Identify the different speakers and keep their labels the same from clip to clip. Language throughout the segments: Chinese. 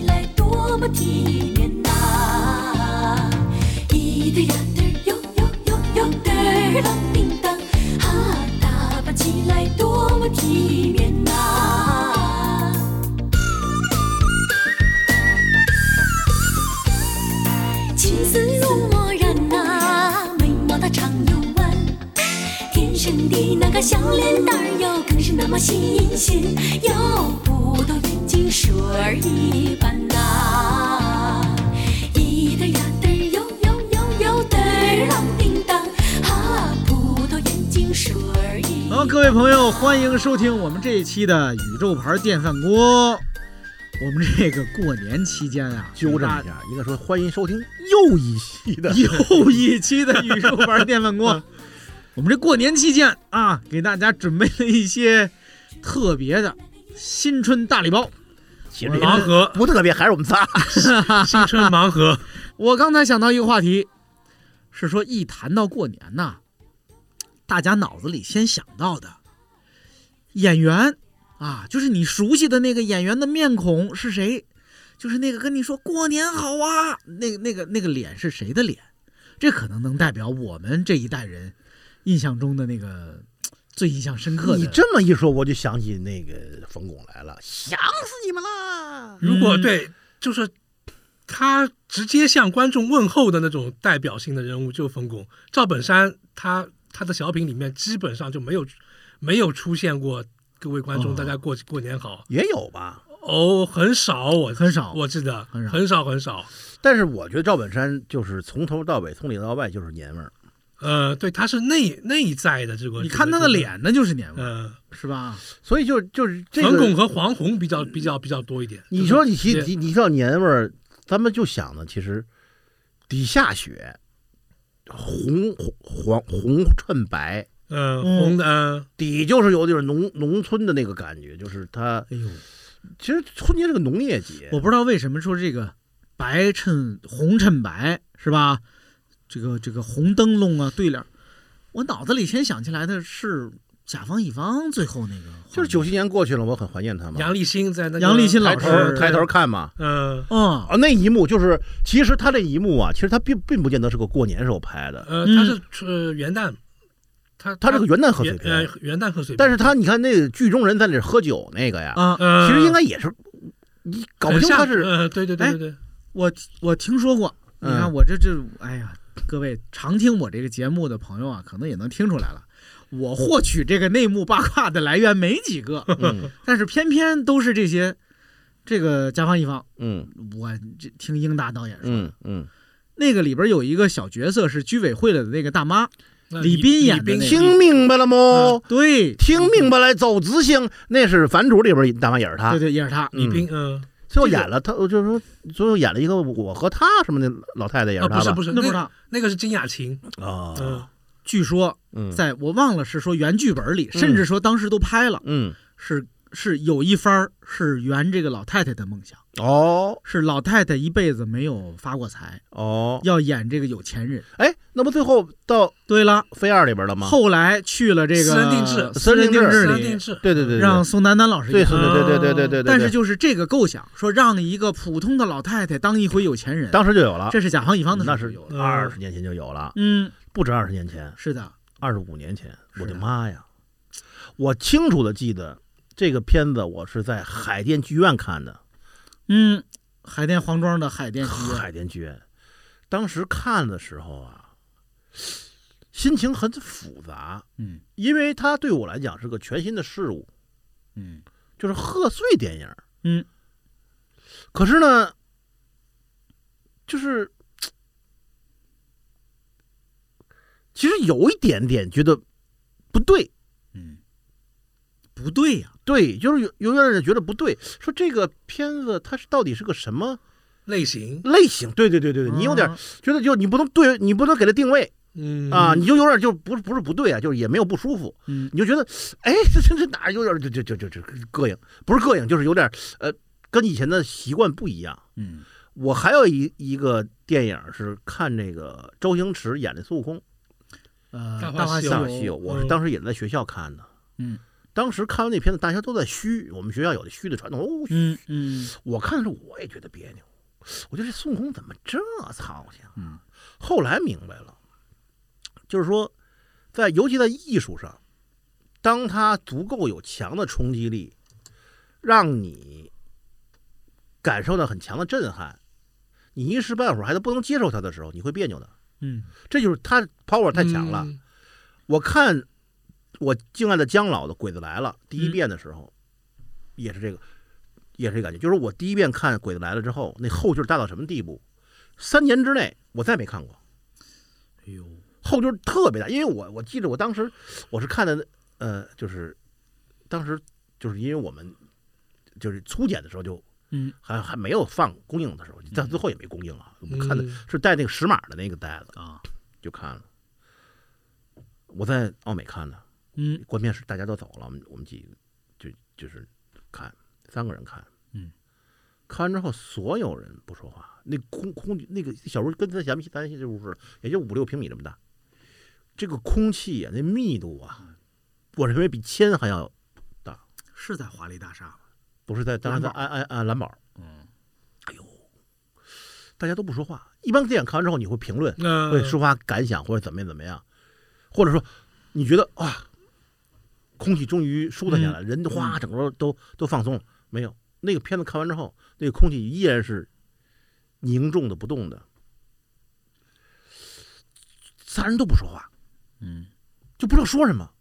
Speaker 1: 너무 뛰면 나 이들야들 요요요요들 런띵땅 하다바지라이 너무 뛰면 나 青丝如墨染呐、眉毛它长又弯，天生的那个小脸蛋儿哟，更是那么吸引心，哟，不到眼睛水儿一般呐、一嘚儿呀嘚儿哟哟哟哟嘚儿啷叮当，哈，不到眼睛水儿一般。
Speaker 2: 好，各位朋友，欢迎收听我们这一期的宇宙牌电饭锅。我们这个过年期间啊，
Speaker 3: 纠正一下，
Speaker 4: 嗯
Speaker 3: 应该说欢迎收听又一期的
Speaker 2: 又一期的宇宙牌电饭 锅。我们这过年期间啊，给大家准备了一些特别的新春大礼包。
Speaker 3: 其
Speaker 2: 我
Speaker 3: 实
Speaker 4: 盲盒，
Speaker 3: 不特别，还是我们 仨。
Speaker 4: 新春盲盒，
Speaker 2: 我刚才想到一个话题，是说一谈到过年呐、大家脑子里先想到的演员啊，就是你熟悉的那个演员的面孔是谁，就是那个跟你说过年好啊，那个那个那个脸是谁的脸，这可能能代表我们这一代人印象中的那个嘖最印象深刻的。
Speaker 3: 你这么一说，我就想起那个冯巩来了，想死你们啦！
Speaker 4: 如果
Speaker 2: 嗯
Speaker 4: 对，就是他直接向观众问候的那种代表性的人物，就是冯巩、赵本山。他他的小品里面基本上就没有没有出现过各位观众，
Speaker 2: 哦
Speaker 4: 大家过过年好
Speaker 3: 也有吧，
Speaker 4: 哦，很少，我
Speaker 2: 很少
Speaker 4: 我记得
Speaker 2: 很少
Speaker 4: 很少很少。
Speaker 3: 但是我觉得赵本山就是从头到尾，从里到外就是年味儿。
Speaker 4: 呃，对，他是内内在的这个，
Speaker 2: 你看他的
Speaker 4: 这个，
Speaker 2: 脸，那就是年味儿，
Speaker 4: 嗯，
Speaker 2: 是吧？
Speaker 3: 所以就就是这
Speaker 4: 冯巩
Speaker 3: 个，
Speaker 4: 和黄宏比较比较比较多一点。
Speaker 3: 你说
Speaker 4: 就
Speaker 3: 你
Speaker 4: 是
Speaker 3: 提你你提到年味儿，咱们就想的其实底下雪，红红黄红衬白，
Speaker 4: 呃
Speaker 2: 嗯
Speaker 4: 红的，嗯
Speaker 3: 底就是有点农农村的那个感觉，就是它
Speaker 2: 哎呦，
Speaker 3: 其实春节是个农业节，
Speaker 2: 我不知道为什么说这个白衬红衬白是吧？这个这个红灯笼啊，对联儿，我脑子里先想起来的是甲方乙方最后那个画面，
Speaker 3: 就是九七年过去了，我很怀念他嘛。
Speaker 4: 杨立新在那个
Speaker 2: 杨立新
Speaker 3: 抬
Speaker 2: 老
Speaker 3: 头
Speaker 2: 师
Speaker 3: 抬头看嘛，
Speaker 4: 嗯
Speaker 2: 嗯
Speaker 3: 啊，那一幕就是，其实他这一幕啊，其实他并并不见得是个过年时候拍的，
Speaker 4: 呃，
Speaker 2: 嗯
Speaker 4: 他是呃元旦，他
Speaker 3: 他是个元旦贺岁
Speaker 4: 元
Speaker 3: 片
Speaker 4: 呃，元旦贺岁片，
Speaker 3: 但是他你看那个剧中人在那喝酒那个呀，
Speaker 2: 啊，
Speaker 4: 呃
Speaker 3: 其实应该也是，你搞不
Speaker 4: 很
Speaker 3: 清
Speaker 4: 像
Speaker 3: 他 是
Speaker 4: 呃对对对
Speaker 2: 哎
Speaker 4: 对对，
Speaker 2: 我我听说过，你看
Speaker 3: 嗯
Speaker 2: 我这这，哎呀，各位常听我这个节目的朋友啊，可能也能听出来了。我获取这个内幕八卦的来源没几 个，
Speaker 3: 嗯
Speaker 2: 但是偏偏都是这些，这个甲方乙方，
Speaker 3: 嗯
Speaker 2: 我这听英达导演说，
Speaker 3: 嗯嗯，
Speaker 2: 那个里边有一个小角色是居委会里的那个大妈，
Speaker 4: 那嗯
Speaker 2: 李
Speaker 4: 李
Speaker 2: 斌演的
Speaker 4: 斌
Speaker 2: 那个
Speaker 3: 听明白了吗？
Speaker 2: 对，
Speaker 3: 听明白了，走直行，那是反主里边大妈也是他
Speaker 2: 对，对，也是她。
Speaker 3: 嗯
Speaker 4: 李斌嗯
Speaker 3: 最后演了他，就是说最后演了一个我和他什么的老太太也
Speaker 4: 啊
Speaker 3: 是
Speaker 4: 不
Speaker 3: 他
Speaker 4: 是
Speaker 3: 吧
Speaker 4: 不是
Speaker 2: 那不知
Speaker 4: 那个
Speaker 2: 道，
Speaker 4: 那个是金雅琴，嗯
Speaker 3: 啊，
Speaker 2: 据说
Speaker 3: 嗯
Speaker 2: 在我忘了是说原剧本里，甚至说当时都拍了，
Speaker 3: 嗯
Speaker 2: 是是有一番儿是圆这个老太太的梦想，
Speaker 3: 哦
Speaker 2: 是老太太一辈子没有发过财，
Speaker 3: 哦，
Speaker 2: 要演这个有钱人。
Speaker 3: 哎，那不最后到
Speaker 2: 对了，
Speaker 3: 飞二里边了吗？
Speaker 2: 后来去了这个
Speaker 4: 私人定制
Speaker 2: 私人定
Speaker 3: 私
Speaker 2: 制
Speaker 4: 三定
Speaker 2: 里，
Speaker 4: 制
Speaker 3: 对对对，对
Speaker 2: 让宋丹丹老师
Speaker 3: 对
Speaker 2: 演嗯
Speaker 3: 对。对对对对对对，
Speaker 2: 但是就是这个构想，说让一个普通的老太太当一回有钱人，
Speaker 3: 当时就有了，
Speaker 2: 这是甲方乙方的时候
Speaker 3: 那是
Speaker 2: 就有了。
Speaker 4: 嗯
Speaker 3: 二十年前就有了，
Speaker 2: 嗯，
Speaker 3: 不止二十年前，
Speaker 2: 是的，
Speaker 3: 二十五年前，
Speaker 2: 是啊
Speaker 3: 我的
Speaker 2: 的
Speaker 3: 妈呀！我清楚的记得这个片子，我是在海淀剧院看的，
Speaker 2: 嗯，海淀黄庄的海淀剧院，
Speaker 3: 海淀剧院，当时看的时候啊，心情很复杂，
Speaker 2: 嗯
Speaker 3: 因为它对我来讲是个全新的事物，
Speaker 2: 嗯
Speaker 3: 就是贺岁电影，
Speaker 2: 嗯，
Speaker 3: 可是呢，就是其实有一点点觉得不对，
Speaker 2: 嗯，不对呀、
Speaker 3: 对，就是有有点觉得不对，说这个片子它是到底是个什么
Speaker 4: 类型，
Speaker 3: 类型？对对对对对，你有点
Speaker 2: 啊
Speaker 3: 觉得就你不能对，你不能给它定位
Speaker 4: 嗯
Speaker 3: 啊，你就有点就不是不是不对啊，就是也没有不舒服，
Speaker 2: 嗯
Speaker 3: 你就觉得哎，这这这哪儿有点就就就就就膈应，不是膈应，就是有点呃，跟以前的习惯不一样。
Speaker 2: 嗯
Speaker 3: 我还有一一个电影是看那个周星驰演的孙悟空
Speaker 2: 呃，
Speaker 4: 大话
Speaker 2: 大话
Speaker 3: 《
Speaker 4: 西
Speaker 2: 西
Speaker 4: 游
Speaker 3: 大
Speaker 2: 游
Speaker 3: 话西游》，我是
Speaker 4: 嗯
Speaker 3: 当时也在学校看的。
Speaker 2: 嗯，
Speaker 3: 当时看完那片子，大家都在虚，我们学校有的虚的传统。哦，
Speaker 2: 嗯嗯
Speaker 3: 我看的时候我也觉得别扭，我觉得这孙悟空怎么这操性？
Speaker 2: 嗯，
Speaker 3: 后来明白了，就是说，在尤其在艺术上，当他足够有强的冲击力，让你感受到很强的震撼，你一时半会儿还都不能接受它的时候，你会别扭的。
Speaker 2: 嗯
Speaker 3: 这就是他 power 太强了。
Speaker 4: 嗯
Speaker 3: 我看我敬爱的姜老的《鬼子来了》第
Speaker 2: 嗯
Speaker 3: 一遍的时候，也是这个，也是这感觉。就是我第一遍看《鬼子来了》之后，那后劲儿大到什么地步？三年之内我再没看过，
Speaker 2: 哎呦，
Speaker 3: 后劲儿特别大。因为我我记得我当时我是看的，呃，就是当时就是因为我们就是粗剪的时候就
Speaker 2: 嗯
Speaker 3: 还还没有放公映的时候，但最后也没公映啊。我们看的
Speaker 4: 嗯
Speaker 3: 是带那个石码的那个袋子
Speaker 2: 啊，
Speaker 3: 就看了。我在奥美看的，
Speaker 2: 嗯
Speaker 3: 关键是大家都走了，我们我们几个就就是看三个人看，
Speaker 2: 嗯，
Speaker 3: 看完之后所有人不说话，那空空那个小屋跟咱咱们咱这屋似的，也就五六平米这么大，这个空气啊，那密度啊，我认为比铅还要
Speaker 2: 是在华丽大厦吗？
Speaker 3: 不是在当时在
Speaker 2: 蓝宝
Speaker 3: 安安安蓝宝，
Speaker 2: 嗯，
Speaker 3: 哎呦，大家都不说话。一般电影看完之后，你会评论，
Speaker 4: 那
Speaker 3: 会抒发感想或者怎么样怎么样，或者说你觉得哇，空气终于舒坦下来，人哗整个都都放松了。没有，那个片子看完之后，那个空气依然是凝重的不动的，仨人都不说话，
Speaker 2: 嗯，
Speaker 3: 就不知道说什么。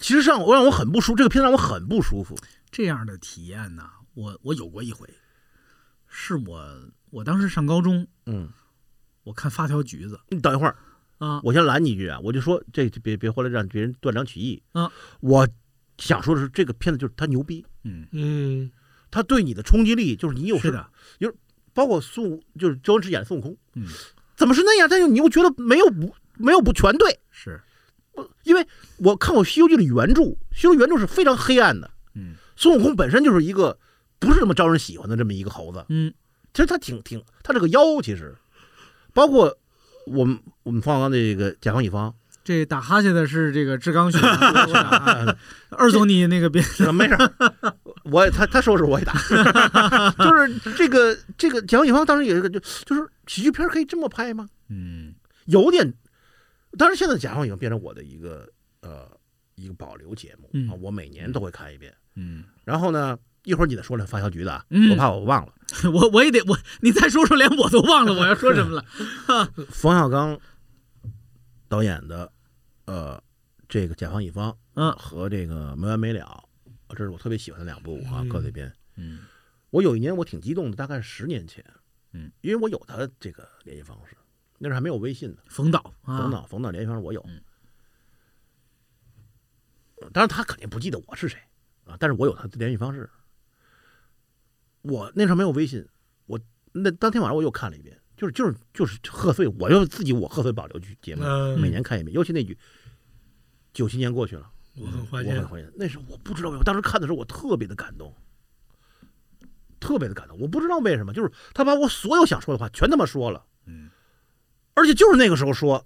Speaker 3: 其实让我让我很不舒服，这个片子让我很不舒服。
Speaker 2: 这样的体验呢，我我有过一回，是我我当时上高中，
Speaker 3: 嗯，
Speaker 2: 我看《发条橘子
Speaker 3: 你等一会儿，》
Speaker 2: 啊，
Speaker 3: 我先拦你一句啊，我就说这别别回来让别人断章取义
Speaker 2: 啊。
Speaker 3: 我想说的是，这个片子就是它牛逼，
Speaker 2: 嗯，
Speaker 4: 嗯
Speaker 3: 它对你的冲击力就是你有
Speaker 2: 是
Speaker 3: 时，
Speaker 2: 的，
Speaker 3: 包括孙悟就是周星驰演的孙悟空，
Speaker 2: 嗯，
Speaker 3: 怎么是那样？但是你又觉得没有不没有不全对，
Speaker 2: 是，
Speaker 3: 不因为我看过《西游记》的原著，《西游记》原著是非常黑暗的，
Speaker 2: 嗯
Speaker 3: 孙悟空本身就是一个不是那么招人喜欢的这么一个猴子，
Speaker 2: 嗯
Speaker 3: 其实他挺挺，他是个妖，其实，包括我们我们放到那个甲方乙方，
Speaker 2: 这打哈欠的是这个志刚学 长，我打哈欠二总你那个别，
Speaker 3: 啊没事儿，我也他他收拾我也打， 就是这个这个甲方乙方当时也是个就就是喜剧片儿可以这么拍吗？
Speaker 2: 嗯
Speaker 3: 有点，当然现在甲方已经变成我的一个呃一个保留节目、
Speaker 2: 嗯
Speaker 3: 啊，我每年都会看一遍。
Speaker 2: 嗯，
Speaker 3: 然后呢，一会儿你再说那发小局的啊，
Speaker 2: 嗯
Speaker 3: 我怕我忘了。
Speaker 2: 我我也得我你再说说，连我都忘了我要说什么 了，嗯
Speaker 3: 冯小刚导演的呃这个甲方乙方
Speaker 2: 嗯
Speaker 3: 和这个没完没了，这是我特别喜欢的两部啊
Speaker 4: 嗯
Speaker 3: 贺岁片。
Speaker 2: 嗯
Speaker 3: 我有一年我挺激动的，大概是十年前，
Speaker 2: 嗯，
Speaker 3: 因为我有他这个联系方式，那时候还没有微信呢。
Speaker 2: 冯导啊，
Speaker 3: 冯导，冯导联系方式我有嗯
Speaker 2: 嗯。
Speaker 3: 当然，他肯定不记得我是谁啊，但是我有他的联系方式。我那时候没有微信，我那当天晚上我又看了一遍，就是就是就是贺岁，我又自己我贺岁保留剧节目，
Speaker 4: 嗯，
Speaker 3: 每年看一遍，尤其那句“九七年过去了，
Speaker 4: 我很
Speaker 3: 我
Speaker 4: 怀念
Speaker 3: 很，怀念”，那时候我不知道为什么，当时看的时候我特别的感动，特别的感动，我不知道为什么，就是他把我所有想说的话全他妈说了。
Speaker 2: 嗯
Speaker 3: 而且就是那个时候说，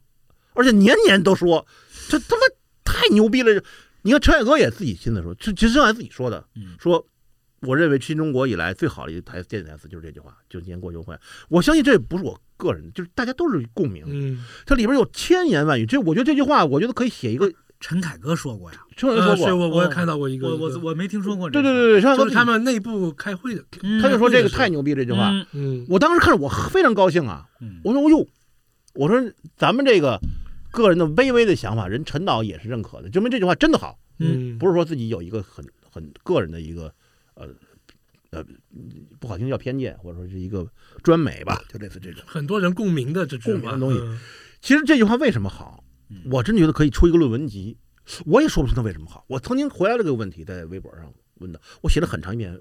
Speaker 3: 而且年年都说，这他妈太牛逼了！你看陈凯歌也自己亲自说，这其实还自己说的，
Speaker 2: 嗯
Speaker 3: 说我认为新中国以来最好的一台电子台词就是这句话，就是年过就会。我相信这不是我个人，就是大家都是共鸣，
Speaker 4: 嗯，
Speaker 3: 它里边有千言万语。这我觉得这句话，我觉得可以写一个
Speaker 2: 陈凯歌说过呀，
Speaker 3: 陈凯
Speaker 4: 呃
Speaker 3: 歌
Speaker 4: 是
Speaker 3: 说过，嗯
Speaker 4: 我我也
Speaker 2: 哦
Speaker 4: 看到过一个，
Speaker 2: 我
Speaker 4: 一
Speaker 2: 我
Speaker 4: 个
Speaker 2: 我没听说过这个，
Speaker 3: 对对对对，陈凯歌
Speaker 4: 就是他们内部开会的，
Speaker 2: 嗯，
Speaker 3: 他就说这个
Speaker 4: 嗯
Speaker 3: 太牛逼这句
Speaker 2: 这
Speaker 3: 话，
Speaker 4: 嗯，
Speaker 3: 我当时看着我非常高兴啊，
Speaker 2: 嗯
Speaker 3: 我说哟，我说咱们这个个人的微微的想法，人陈导也是认可的，证明这句话真的好，
Speaker 4: 嗯，
Speaker 3: 不是说自己有一个很很个人的一个呃呃不好听叫偏见，或者说是一个专美吧，就类似这种。
Speaker 4: 很多人共鸣的这嗯句
Speaker 3: 共鸣
Speaker 4: 话
Speaker 3: 的东西啊其实这句话为什么好
Speaker 2: 嗯，
Speaker 3: 我真觉得可以出一个论文集，我也说不出它为什么好。我曾经回答这个问题在微博上问的，我写了很长一篇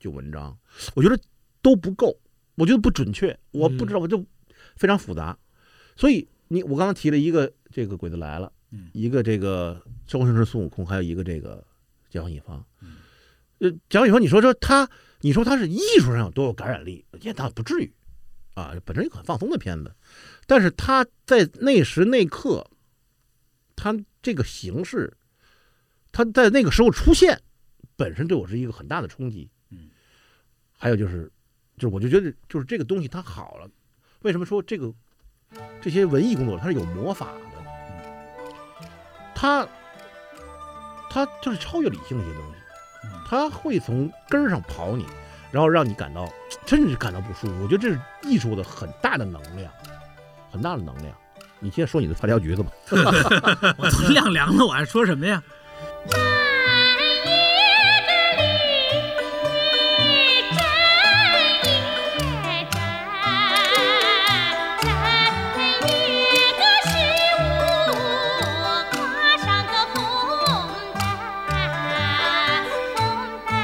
Speaker 3: 就文章，我觉得都不够，我觉得不准确，我不
Speaker 2: 嗯
Speaker 3: 知道，我就非常复杂。所以你我刚刚提了一个这个鬼子来了
Speaker 2: 嗯，
Speaker 3: 一个这个周星驰孙悟空，还有一个这个甲方乙方。
Speaker 2: 嗯
Speaker 3: 呃，甲方乙方，你说说他，你说他是艺术上有多有感染力，也倒不至于啊，本身一个很放松的片子。但是他在那时那刻，他这个形式，他在那个时候出现，本身对我是一个很大的冲击。
Speaker 2: 嗯，
Speaker 3: 还有就是，就是我就觉得就是这个东西它好了，为什么说这个这些文艺工作者他是有魔法的？
Speaker 2: 嗯
Speaker 3: 他他就是超越理性的一些东西
Speaker 2: 嗯，
Speaker 3: 他会从根儿上刨你，然后让你感到真是感到不舒服。我觉得这是艺术的很大的能量，很大的能量。你接着说你的发条橘子吧。
Speaker 2: 我都晾凉了，我还说什么呀？
Speaker 1: 我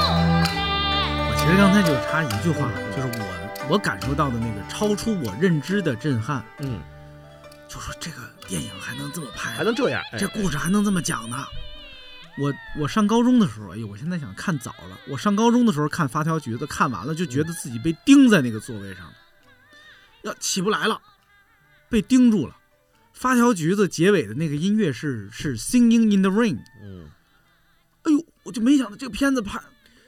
Speaker 2: 我其实刚才就插一句话，
Speaker 3: 嗯
Speaker 2: 就是我我感受到的那个超出我认知的震撼，
Speaker 3: 嗯，
Speaker 2: 就说这个电影还能这么拍，
Speaker 3: 还能这样，哎
Speaker 2: 这故事还能这么讲呢？我我上高中的时候，哎呦，我现在想看早了。我上高中的时候看《发条橘子》，看完了就觉得自己被钉在那个座位上了，要起不来了，被钉住了。《发条橘子》结尾的那个音乐是是《Singing in the Rain》，
Speaker 3: 嗯，
Speaker 2: 哎呦，我就没想到这个片子拍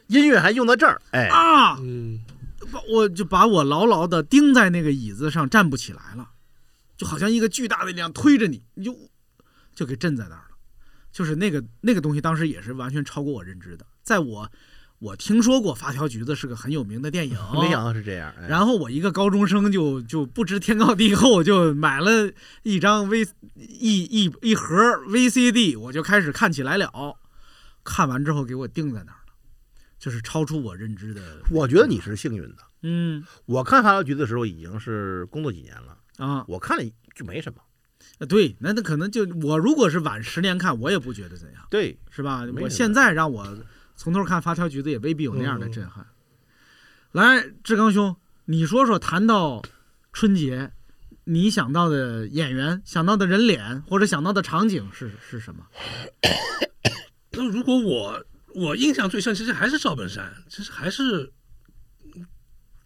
Speaker 3: 音乐还用到这儿，哎，
Speaker 2: 啊，
Speaker 4: 嗯，
Speaker 2: 把我就把我牢牢的钉在那个椅子上，站不起来了，就好像一个巨大的力量推着你，你就就给震在那儿了。就是那个那个东西，当时也是完全超过我认知的。在我我听说过《发条橘子》是个很有名的电影，
Speaker 3: 没想到是这样。哎、
Speaker 2: 然后我一个高中生就就不知天高地厚，就买了一张 V 一一一盒 VCD，我就开始看起来了。看完之后给我定在那儿了，就是超出我认知的。
Speaker 3: 我觉得你是幸运的。
Speaker 2: 嗯
Speaker 3: 我看《发条橘子》的时候已经是工作几年了，
Speaker 2: 啊，
Speaker 3: 我看了就没什么。
Speaker 2: 呃对，那那可能就我如果是晚十年看，我也不觉得怎样，
Speaker 3: 对，
Speaker 2: 是吧？
Speaker 3: 没
Speaker 2: 我
Speaker 3: 什
Speaker 2: 现
Speaker 3: 么
Speaker 2: 在让我从头看《发条橘子》，也未必有那样的震撼。来，志刚兄，你说说，谈到春节，你想到的演员、想到的人脸或者想到的场景是是什么？
Speaker 4: 那如果我我印象最深，其实还是赵本山，其实还是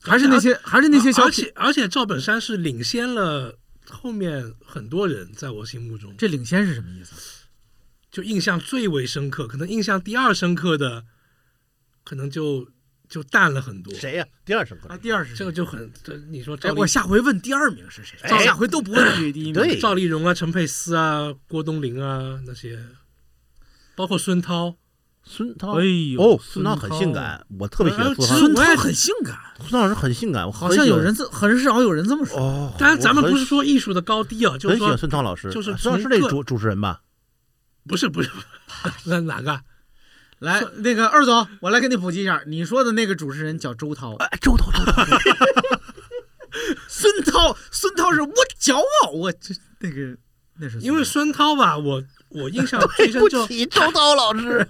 Speaker 2: 还是那些还是那些小
Speaker 4: 而
Speaker 2: 品？
Speaker 4: 且而且赵本山是领先了后面很多人，在我心目中
Speaker 2: 这领先是什么意思？
Speaker 4: 就印象最为深刻，可能印象第二深刻的，可能就就淡了很多。
Speaker 3: 谁呀、第二声
Speaker 2: 啊，
Speaker 3: 歌。
Speaker 2: 第二是
Speaker 4: 这
Speaker 2: 谁
Speaker 4: 个就很，这你说
Speaker 2: 哎，
Speaker 4: 赵丽
Speaker 2: 我下回问第二名是谁，
Speaker 3: 哎
Speaker 2: 下回都不问第一名。
Speaker 3: 对
Speaker 4: 赵丽蓉啊、陈佩斯啊、郭冬临啊那些，包括孙涛，
Speaker 3: 孙涛
Speaker 2: 哎呦，
Speaker 3: 哦，孙涛很性感，我特别喜欢
Speaker 4: 哎
Speaker 3: 孙涛
Speaker 4: 其实。
Speaker 2: 孙
Speaker 4: 我也
Speaker 2: 涛很性感。
Speaker 3: 孙涛是很性感，我
Speaker 2: 好
Speaker 3: 很
Speaker 2: 像
Speaker 3: 喜欢
Speaker 2: 有人这很少有人这么说。
Speaker 3: 哦。
Speaker 4: 当然咱们
Speaker 3: 我很
Speaker 4: 不是说艺术的高低啊，就是
Speaker 3: 很喜
Speaker 4: 说
Speaker 3: 欢孙涛老师，啊
Speaker 4: 就是
Speaker 3: 孙涛是
Speaker 4: 从
Speaker 3: 那
Speaker 4: 个
Speaker 3: 主主持人吧？
Speaker 4: 不是不是， 那哪个啊？
Speaker 2: 来，那个二总，我来给你普及一下，你说的那个主持人叫周涛，
Speaker 4: 啊
Speaker 3: 哎，周涛，周涛，
Speaker 2: 孙涛，孙涛是我骄傲，我这那个那是
Speaker 4: 因为孙涛吧，我我印象最
Speaker 3: 对
Speaker 4: 深
Speaker 3: 不
Speaker 4: 就
Speaker 3: 起，周涛老师。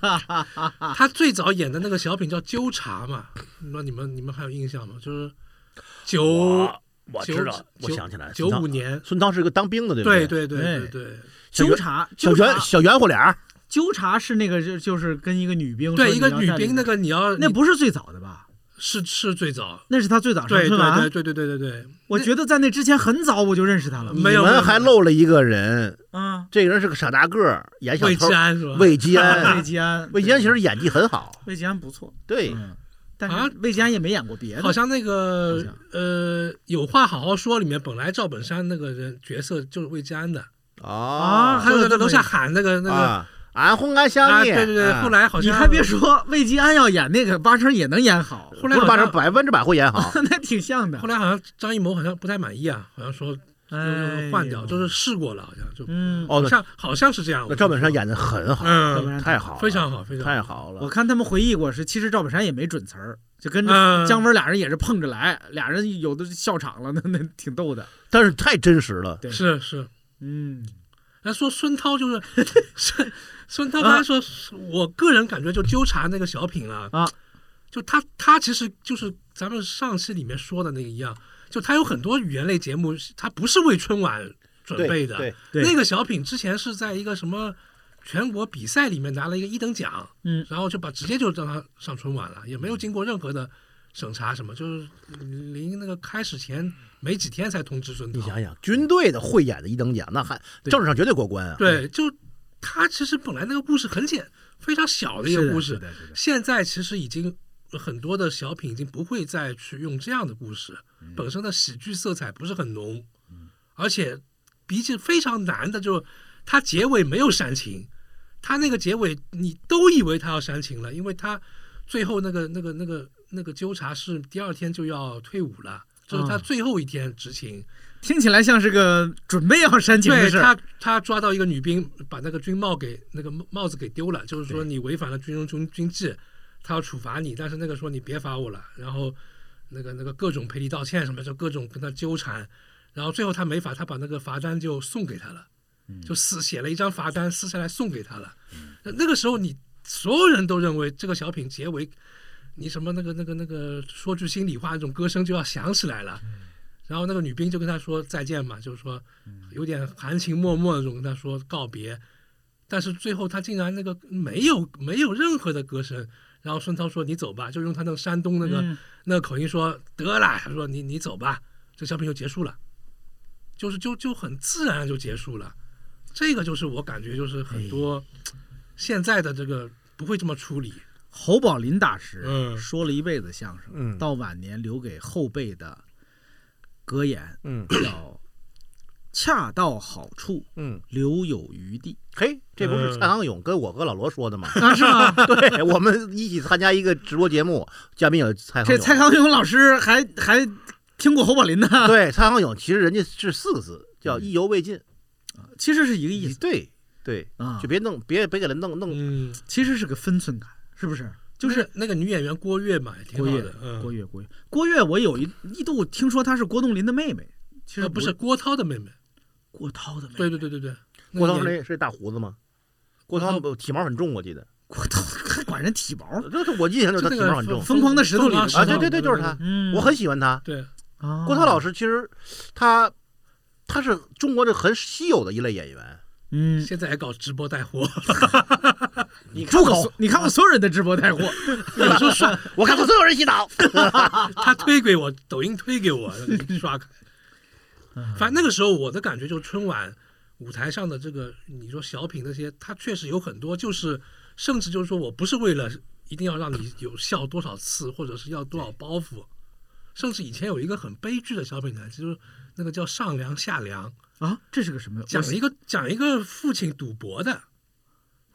Speaker 4: 他最早演的那个小品叫《纠察》嘛，那你们你们还有印象吗？就是九
Speaker 2: 啊
Speaker 3: 我我
Speaker 4: 九
Speaker 3: 知道，
Speaker 4: 九
Speaker 3: 我想起来了，
Speaker 4: 九
Speaker 3: 孙涛
Speaker 4: 五年
Speaker 3: 孙涛是个当兵的，对不
Speaker 4: 对
Speaker 3: 对
Speaker 4: 对对对
Speaker 2: 对哎
Speaker 4: 对
Speaker 2: 纠察
Speaker 3: 小
Speaker 2: 纠
Speaker 3: 圆
Speaker 2: 察
Speaker 3: 小圆火脸儿，
Speaker 2: 纠察是那个就就是跟一个女兵
Speaker 4: 对，
Speaker 2: 说
Speaker 4: 一个
Speaker 2: 你要
Speaker 4: 女
Speaker 2: 占领
Speaker 4: 兵那个你要
Speaker 2: 那
Speaker 4: 你
Speaker 2: 不是最早的吧？
Speaker 4: 是是最早，
Speaker 2: 那是他最早上
Speaker 4: 对对
Speaker 2: 春晚，
Speaker 4: 对对对对对对，
Speaker 2: 我觉得在那之前很早我就认识他了
Speaker 4: 没
Speaker 3: 你
Speaker 4: 有哎没有
Speaker 3: 们还漏了一个人，
Speaker 2: 啊，
Speaker 3: 这个人是个傻大个儿，演小
Speaker 4: 魏
Speaker 3: 偷
Speaker 4: 之，安是吧？
Speaker 3: 魏 吉安
Speaker 2: 魏，吉安，嗯
Speaker 3: 魏吉安其实演技很好，
Speaker 2: 魏吉安不错，
Speaker 3: 对，
Speaker 2: 嗯，但
Speaker 4: 啊
Speaker 2: 是魏吉安也没演过别的，
Speaker 4: 好像那个
Speaker 2: 好像
Speaker 4: 呃，有话好好说里面本来赵本山那个人角色就是魏之安的，
Speaker 2: 啊
Speaker 3: 啊
Speaker 2: 还有
Speaker 4: 就
Speaker 2: 这
Speaker 4: 在
Speaker 2: 么
Speaker 4: 楼下
Speaker 2: 一
Speaker 4: 喊那个那个
Speaker 3: 啊，俺红俺相
Speaker 4: 啊，
Speaker 3: 念，
Speaker 4: 对对对，
Speaker 3: 啊
Speaker 4: 后来好
Speaker 2: 你
Speaker 4: 像
Speaker 2: 还别说，魏吉安要演那个，八成也能演好，
Speaker 4: 后
Speaker 3: 不
Speaker 4: 来
Speaker 3: 是
Speaker 4: 好
Speaker 3: 八成
Speaker 4: 像
Speaker 3: 百分之百会演 好，
Speaker 2: 那挺像的
Speaker 4: 后。来好像张艺谋好像不太满意啊，好像说
Speaker 2: 哎，
Speaker 4: 换掉，就是试过了，好像就
Speaker 2: 嗯，
Speaker 3: 哦
Speaker 4: 好
Speaker 3: 那
Speaker 4: 像好像是这样。
Speaker 3: 那赵本山演的很好，
Speaker 2: 赵本
Speaker 4: 嗯，
Speaker 2: 山
Speaker 3: 太好了，
Speaker 4: 非常好，非常好
Speaker 3: 太好
Speaker 2: 我
Speaker 3: 了。
Speaker 2: 看他们回忆过是，其实赵本山也没准词儿，就跟着
Speaker 4: 嗯
Speaker 2: 姜文俩人也是碰着来，俩人有的笑场了，那 那挺逗的。
Speaker 3: 但是太真实了，
Speaker 2: 对
Speaker 4: 是是。
Speaker 2: 嗯，
Speaker 4: 那说孙涛就是孙孙涛，刚才说，我个人感觉就纠察那个小品啊，
Speaker 2: 啊，
Speaker 4: 就他他其实就是咱们上期里面说的那个一样，就他有很多语言类节目，他不是为春晚准备的。
Speaker 3: 对
Speaker 2: 对
Speaker 4: 那个小品之前是在一个什么全国比赛里面拿了一个一等奖，
Speaker 2: 嗯，
Speaker 4: 然后就把直接就让他上春晚了，也没有经过任何的审查什么，就是临那个开始前没几天才通知孙
Speaker 3: 你
Speaker 4: 涛。
Speaker 3: 想想，军队的汇演的一等奖，那还
Speaker 4: 哦对
Speaker 3: 政治上绝对过关啊！，
Speaker 2: 嗯
Speaker 4: 对，就他其实本来那个故事很简，非常小的一
Speaker 2: 是
Speaker 4: 个
Speaker 2: 的
Speaker 4: 故
Speaker 2: 是
Speaker 4: 事
Speaker 2: 的是的，
Speaker 4: 现在其实已经很多的小品已经不会再去用这样的故事，
Speaker 2: 嗯
Speaker 4: 本身的喜剧色彩不是很浓，而且比起非常难的，就它结尾没有煽情，它那个结尾你都以为它要煽情了，因为它最后那个那个那个那个纠察是第二天就要退伍了，就是他
Speaker 2: 啊
Speaker 4: 最后一天执勤。
Speaker 2: 听起来像是个准备要煽情的
Speaker 4: 对
Speaker 2: 事儿。
Speaker 4: 他，他抓到一个女兵，把那个军帽给那个帽帽子给丢了，就是说你违反了军中军军纪，他要处罚你。但是那个说你别罚我了，然后那个那个各种赔礼道歉什么，就各种跟他纠缠，然后最后他没法，他把那个罚单就送给他了，
Speaker 2: 嗯
Speaker 4: 就撕写了一张罚单撕下来送给他了。那那个时候你所有人都认为这个小品结尾，你什么那个那个那个说句心里话那种歌声就要响起来了。然后那个女兵就跟他说再见嘛，就是说有点含情脉脉那种跟他说告别，但是最后他竟然那个没有没有任何的歌声，然后孙涛说你走吧，就用他那个山东那个、
Speaker 2: 嗯
Speaker 4: 那个口音说得啦，他说你你走吧，这小品就结束了，就是就就很自然就结束了，这个就是我感觉就是很多现在的这个不会这么处理，
Speaker 2: 侯宝林大师
Speaker 4: 嗯
Speaker 2: 说了一辈子相声，
Speaker 3: 嗯
Speaker 2: 到晚年留给后辈的格 言
Speaker 3: 嗯
Speaker 2: 叫“恰到好处，
Speaker 3: 嗯，
Speaker 2: 留有余地
Speaker 3: 嘿，这不是
Speaker 4: 嗯
Speaker 3: 蔡康永跟我和老罗说的吗”，？
Speaker 2: 啊，是吗？
Speaker 3: 对，我们一起参加一个直播节目，嘉宾有蔡康
Speaker 2: 这
Speaker 3: 永。
Speaker 2: 蔡康永老师还还听过侯宝林呢，
Speaker 3: 对蔡康永，其实人家是四个字，叫意犹未尽。
Speaker 2: 其实是一个意思
Speaker 3: 对对，
Speaker 2: 啊
Speaker 3: 就，别弄，别别给他弄弄。
Speaker 4: 嗯，
Speaker 2: 其实是个分寸感，是不是？就
Speaker 4: 就是是那个女演员郭越嘛，也挺
Speaker 2: 郭
Speaker 4: 好
Speaker 2: 越
Speaker 4: 的，，嗯，
Speaker 2: 郭越，郭越，郭越，我有一一度听说她是郭冬临的妹妹，其实
Speaker 4: 呃不是郭涛的妹妹，
Speaker 2: 郭涛的妹妹，
Speaker 4: 对对对对对，
Speaker 3: 郭涛
Speaker 4: 那个
Speaker 3: 那是大胡子吗？郭涛体毛很重，我记得，
Speaker 2: 郭涛还管人体毛，
Speaker 3: 这这我印象就是他
Speaker 4: 就那
Speaker 3: 体
Speaker 4: 个
Speaker 3: 毛很重
Speaker 2: 疯狂的石头里
Speaker 4: 疯狂
Speaker 2: 的
Speaker 4: 石头
Speaker 3: 啊！对对对，就是他，
Speaker 2: 嗯，
Speaker 3: 我很喜欢他。
Speaker 4: 对，
Speaker 2: 啊
Speaker 3: 郭涛老师其实他他是中国这很稀有的一类演员，
Speaker 2: 嗯，
Speaker 4: 现在还搞直播带货，
Speaker 3: 你住
Speaker 2: 住口啊
Speaker 3: 口！！
Speaker 2: 你看过所有人的直播带货，
Speaker 4: 有时候刷
Speaker 3: 我看过所有人洗澡。
Speaker 2: 啊
Speaker 4: 他推给我，抖音推 给我，那个刷开。
Speaker 2: 嗯
Speaker 4: 反正那个时候我的感觉就是春晚舞台上的这个，你说小品那些，它确实有很多，就是甚至就是说我不是为了一定要让你有笑多少次，或者是要多少包袱，甚至以前有一个很悲剧的小品台词，就是那个叫上梁下梁，
Speaker 2: 啊，这是个什么？
Speaker 4: 讲
Speaker 2: 我
Speaker 4: 一个讲一个父亲赌博的，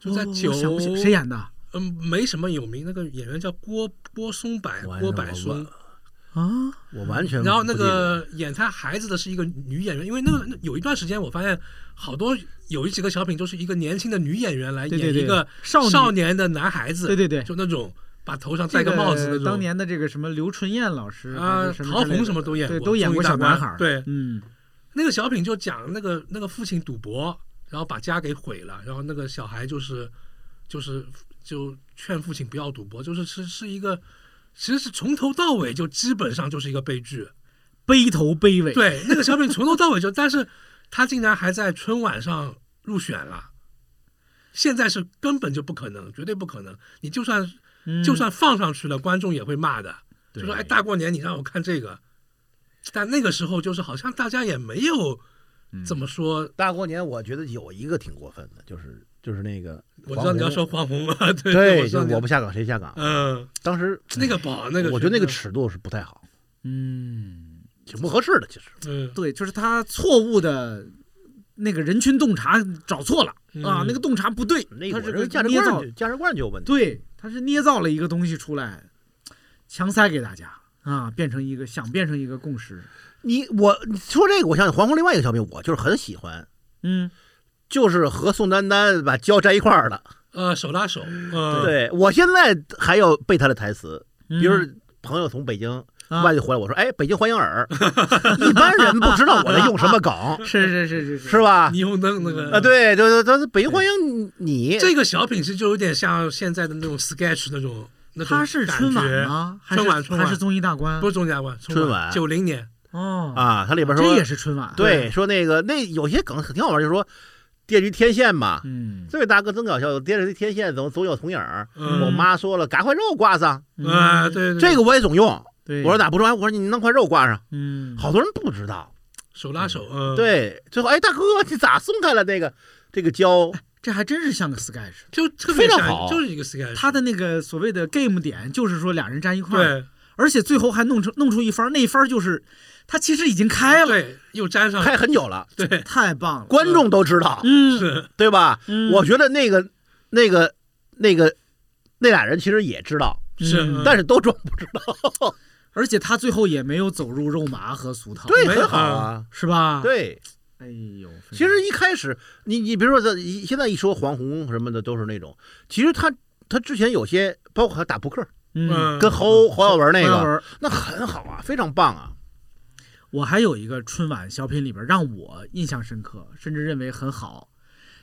Speaker 4: 就在
Speaker 2: 我
Speaker 4: 酒
Speaker 2: 哦我想不起谁演的啊？
Speaker 4: 嗯，没什么有名，那个演员叫郭郭松柏，
Speaker 3: 完了
Speaker 4: 郭
Speaker 3: 我
Speaker 4: 柏松。
Speaker 3: 我完全
Speaker 4: 然后
Speaker 3: 不
Speaker 4: 那
Speaker 3: 记得
Speaker 4: 个演他孩子的是一个女演员，因为那个那有一段时间我发现好多有一几个小品就是一个年轻的女演员来
Speaker 2: 对对
Speaker 4: 演
Speaker 2: 对
Speaker 4: 一个
Speaker 2: 少女
Speaker 4: 年的男孩子，
Speaker 2: 对对对
Speaker 4: 就那种把头上戴
Speaker 2: 这
Speaker 4: 个帽子那种。
Speaker 2: 当年的这个什么刘春燕老师
Speaker 4: 啊
Speaker 2: 还是
Speaker 4: 陶
Speaker 2: 之类的
Speaker 4: 虹什么都演
Speaker 2: 对，
Speaker 4: 过
Speaker 2: 都演过小男孩儿。
Speaker 4: 综艺大观对
Speaker 2: 嗯，
Speaker 4: 那个小品就讲那个那个父亲赌博，然后把家给毁了，然后那个小孩就是就是就劝父亲不要赌博，就是是是一个。其实是从头到尾就基本上就是一个悲剧，
Speaker 2: 背头卑尾。，
Speaker 4: 对，那个小品从头到尾就，但是他竟然还在春晚上入选了，现在是根本就不可能，绝对不可能。你就算、
Speaker 2: 嗯
Speaker 4: 就算放上去了，观众也会骂的，就说
Speaker 3: 嗯对
Speaker 4: 哎，大过年你让我看这个。但那个时候就是好像大家也没有
Speaker 3: 嗯
Speaker 4: 怎么说，
Speaker 3: 大过年，我觉得有一个挺过分的，就是就是那个
Speaker 4: 我
Speaker 3: 黄宏，
Speaker 4: 知道你要说黄宏嘛， 对
Speaker 3: 对，
Speaker 4: 我知
Speaker 3: 就
Speaker 4: 道
Speaker 3: 是
Speaker 4: 你
Speaker 3: 我不下岗谁下岗？
Speaker 4: 嗯，
Speaker 3: 当时
Speaker 4: 那个宝那个，
Speaker 3: 我觉得那个，尺度是不太好，
Speaker 2: 嗯，
Speaker 3: 挺不合适的。其实
Speaker 4: 嗯，
Speaker 2: 对，就是他错误的那个人群洞察找错了啊，
Speaker 4: 嗯
Speaker 2: 那个洞察不对，
Speaker 3: 那
Speaker 2: 他
Speaker 3: 我
Speaker 2: 是
Speaker 3: 认为
Speaker 2: 个
Speaker 3: 价值
Speaker 2: 捏
Speaker 3: 观
Speaker 2: 造
Speaker 3: 就，价值观就有问题。
Speaker 2: 对，他是捏造了一个东西出来，强塞给大家啊，变成一个想变成一个共识。
Speaker 3: 你我你说这个，我想起黄宏另外一个小品，我就是很喜欢，
Speaker 2: 嗯，
Speaker 3: 就是和宋丹丹把胶粘一块儿了。
Speaker 4: 呃，手拉手，嗯，，
Speaker 3: 对我现在还要背他的台词，
Speaker 2: 比
Speaker 3: 比如朋友从北京
Speaker 2: 嗯啊
Speaker 3: 外地回来，我说：“哎，北京欢迎尔。” 一般人不知道我在用什么 梗，
Speaker 2: 是是是是
Speaker 3: 是？吧？
Speaker 4: 霓虹灯那个
Speaker 3: 啊，对对对，他北京欢迎你，
Speaker 4: 这个小品其实就有点像现在的那种 sketch 那种那种
Speaker 2: 他是
Speaker 4: 感
Speaker 2: 春
Speaker 4: 觉
Speaker 2: 晚吗？还是
Speaker 4: 春晚春晚
Speaker 2: 还是综艺大观？
Speaker 4: 不是中家观，
Speaker 3: 春
Speaker 4: 晚
Speaker 3: 晚
Speaker 4: 九零年，
Speaker 2: 哦，
Speaker 3: 啊，他里边说
Speaker 2: 这也是春晚。
Speaker 3: 对，，说那个那有些梗挺好玩，就是说电驴天线嘛，
Speaker 2: 嗯，
Speaker 3: 这位大哥真搞笑，电驴天线总总有同影儿。
Speaker 4: 嗯
Speaker 3: 我妈说了，赶快肉挂上，
Speaker 4: 啊，对对，
Speaker 3: 这
Speaker 4: 个
Speaker 3: 个我也总用。
Speaker 2: 嗯对，
Speaker 3: 我说咋不重要？我说你弄块肉挂上，
Speaker 2: 嗯，
Speaker 3: 好多人不知道。
Speaker 4: 手拉手，嗯，，
Speaker 3: 对，最后哎，大哥你咋松开了那个这个胶？
Speaker 2: 这还真是像个 sketch。
Speaker 4: 就特别像
Speaker 3: 非常好
Speaker 4: 就是一个 sketch，
Speaker 2: 他的那个所谓的 game 点就是说俩人站一块儿，
Speaker 4: 对
Speaker 2: 而且最后还弄成弄出一番儿，那一番儿就是他其实已经开了，
Speaker 4: 对又粘上，
Speaker 3: 开很久了，
Speaker 4: 对，
Speaker 2: 太棒了，
Speaker 3: 观众都知道，
Speaker 2: 嗯，
Speaker 4: 是
Speaker 3: 对吧？
Speaker 2: 嗯
Speaker 3: 我觉得那个那个那个那俩人其实也知道，
Speaker 4: 是，
Speaker 2: 嗯
Speaker 4: 嗯
Speaker 3: 但是都装不知道，
Speaker 2: 而且他最后也没有走入肉麻和俗套，
Speaker 3: 对，
Speaker 4: 没有
Speaker 3: 很好啊。
Speaker 2: 是吧？，
Speaker 3: 对，
Speaker 2: 哎呦，
Speaker 3: 其实一开始你你比如说在一现在一说黄宏什么的都是那种，其实他他之前有些包括他打扑克
Speaker 2: 嗯，
Speaker 4: 嗯
Speaker 3: 跟侯侯耀文那
Speaker 2: 黄耀
Speaker 3: 个，
Speaker 2: 文
Speaker 3: 那很好啊，非常棒啊。
Speaker 2: 我还有一个春晚小品里边让我印象深刻，甚至认为很好，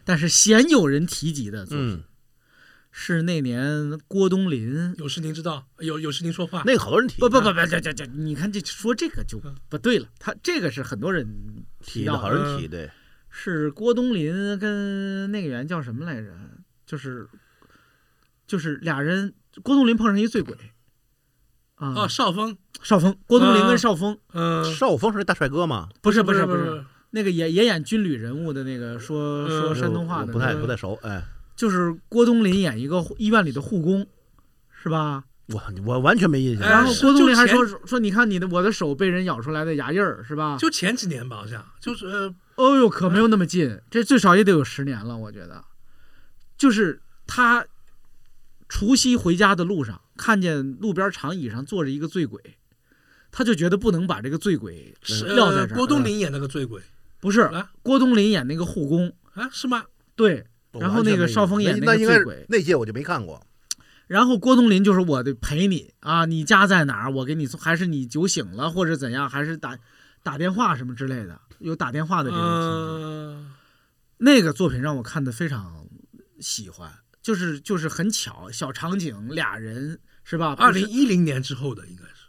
Speaker 2: 但是鲜有人提及的作品、
Speaker 3: 嗯，
Speaker 2: 是那年郭冬临。
Speaker 4: 有事情知道，有有事情说话，
Speaker 3: 那个好多人提
Speaker 2: 不不不不，这这这，你看这说这个
Speaker 3: 嗯
Speaker 2: 就不对了。他这个是很多人
Speaker 3: 提
Speaker 2: 提
Speaker 3: 的，
Speaker 2: 到嗯
Speaker 3: 好
Speaker 2: 的，
Speaker 3: 多人提对，
Speaker 2: 是郭冬临跟那个人叫什么来着？就是就是俩人，郭冬临碰上一醉鬼啊，
Speaker 4: 哦，邵峰，
Speaker 2: 邵峰，郭冬临
Speaker 4: 啊
Speaker 2: 跟邵峰，
Speaker 4: 嗯，
Speaker 3: 邵峰是那大帅哥嘛？
Speaker 2: 不是不
Speaker 4: 是
Speaker 2: 不
Speaker 4: 是，
Speaker 2: 那个也也演军旅人物的那个说说
Speaker 4: 嗯
Speaker 2: 山东话
Speaker 3: 我
Speaker 2: 的那个，
Speaker 3: 不太不太熟，哎，
Speaker 2: 就是郭冬临演一个护医院里的护工，是吧？
Speaker 3: 我我完全没印象。
Speaker 4: 哎
Speaker 2: 然后
Speaker 4: 啊是
Speaker 2: 郭冬临
Speaker 4: 就
Speaker 2: 还
Speaker 4: 前
Speaker 2: 说说你看你的我的手被人咬出来的牙印儿是吧？
Speaker 4: 就前几年吧，好像就是呃
Speaker 2: 哦呦，可没有那么近，这最少也得有十年了，我觉得。就是他除夕回家的路上，看见路边长椅上坐着一个醉鬼，他就觉得不能把这个醉鬼
Speaker 4: 是
Speaker 2: 撂在
Speaker 4: 呃
Speaker 2: 这儿。嗯
Speaker 4: 郭冬临演那个醉鬼
Speaker 2: 不是
Speaker 4: 啊
Speaker 2: 郭冬临演那个护工，
Speaker 4: 啊，是吗？
Speaker 2: 对，
Speaker 3: 我
Speaker 2: 然后
Speaker 3: 完全
Speaker 2: 那个
Speaker 3: 没
Speaker 2: 邵峰
Speaker 3: 印象
Speaker 2: 演
Speaker 3: 那
Speaker 2: 那个
Speaker 3: 应该
Speaker 2: 醉
Speaker 3: 是
Speaker 2: 鬼
Speaker 3: 那届我就没看过。
Speaker 2: 然后郭冬临就是我得陪你啊，你家在哪儿？我给你送，还是你酒醒了或者怎样，还是打打电话什么之类的，有打电话的这种情节。
Speaker 4: 嗯，
Speaker 2: 那个作品让我看的非常喜欢，就是就是很巧，小场景俩人是吧？
Speaker 4: 二
Speaker 2: 不是
Speaker 4: 零一零年之后的应该是，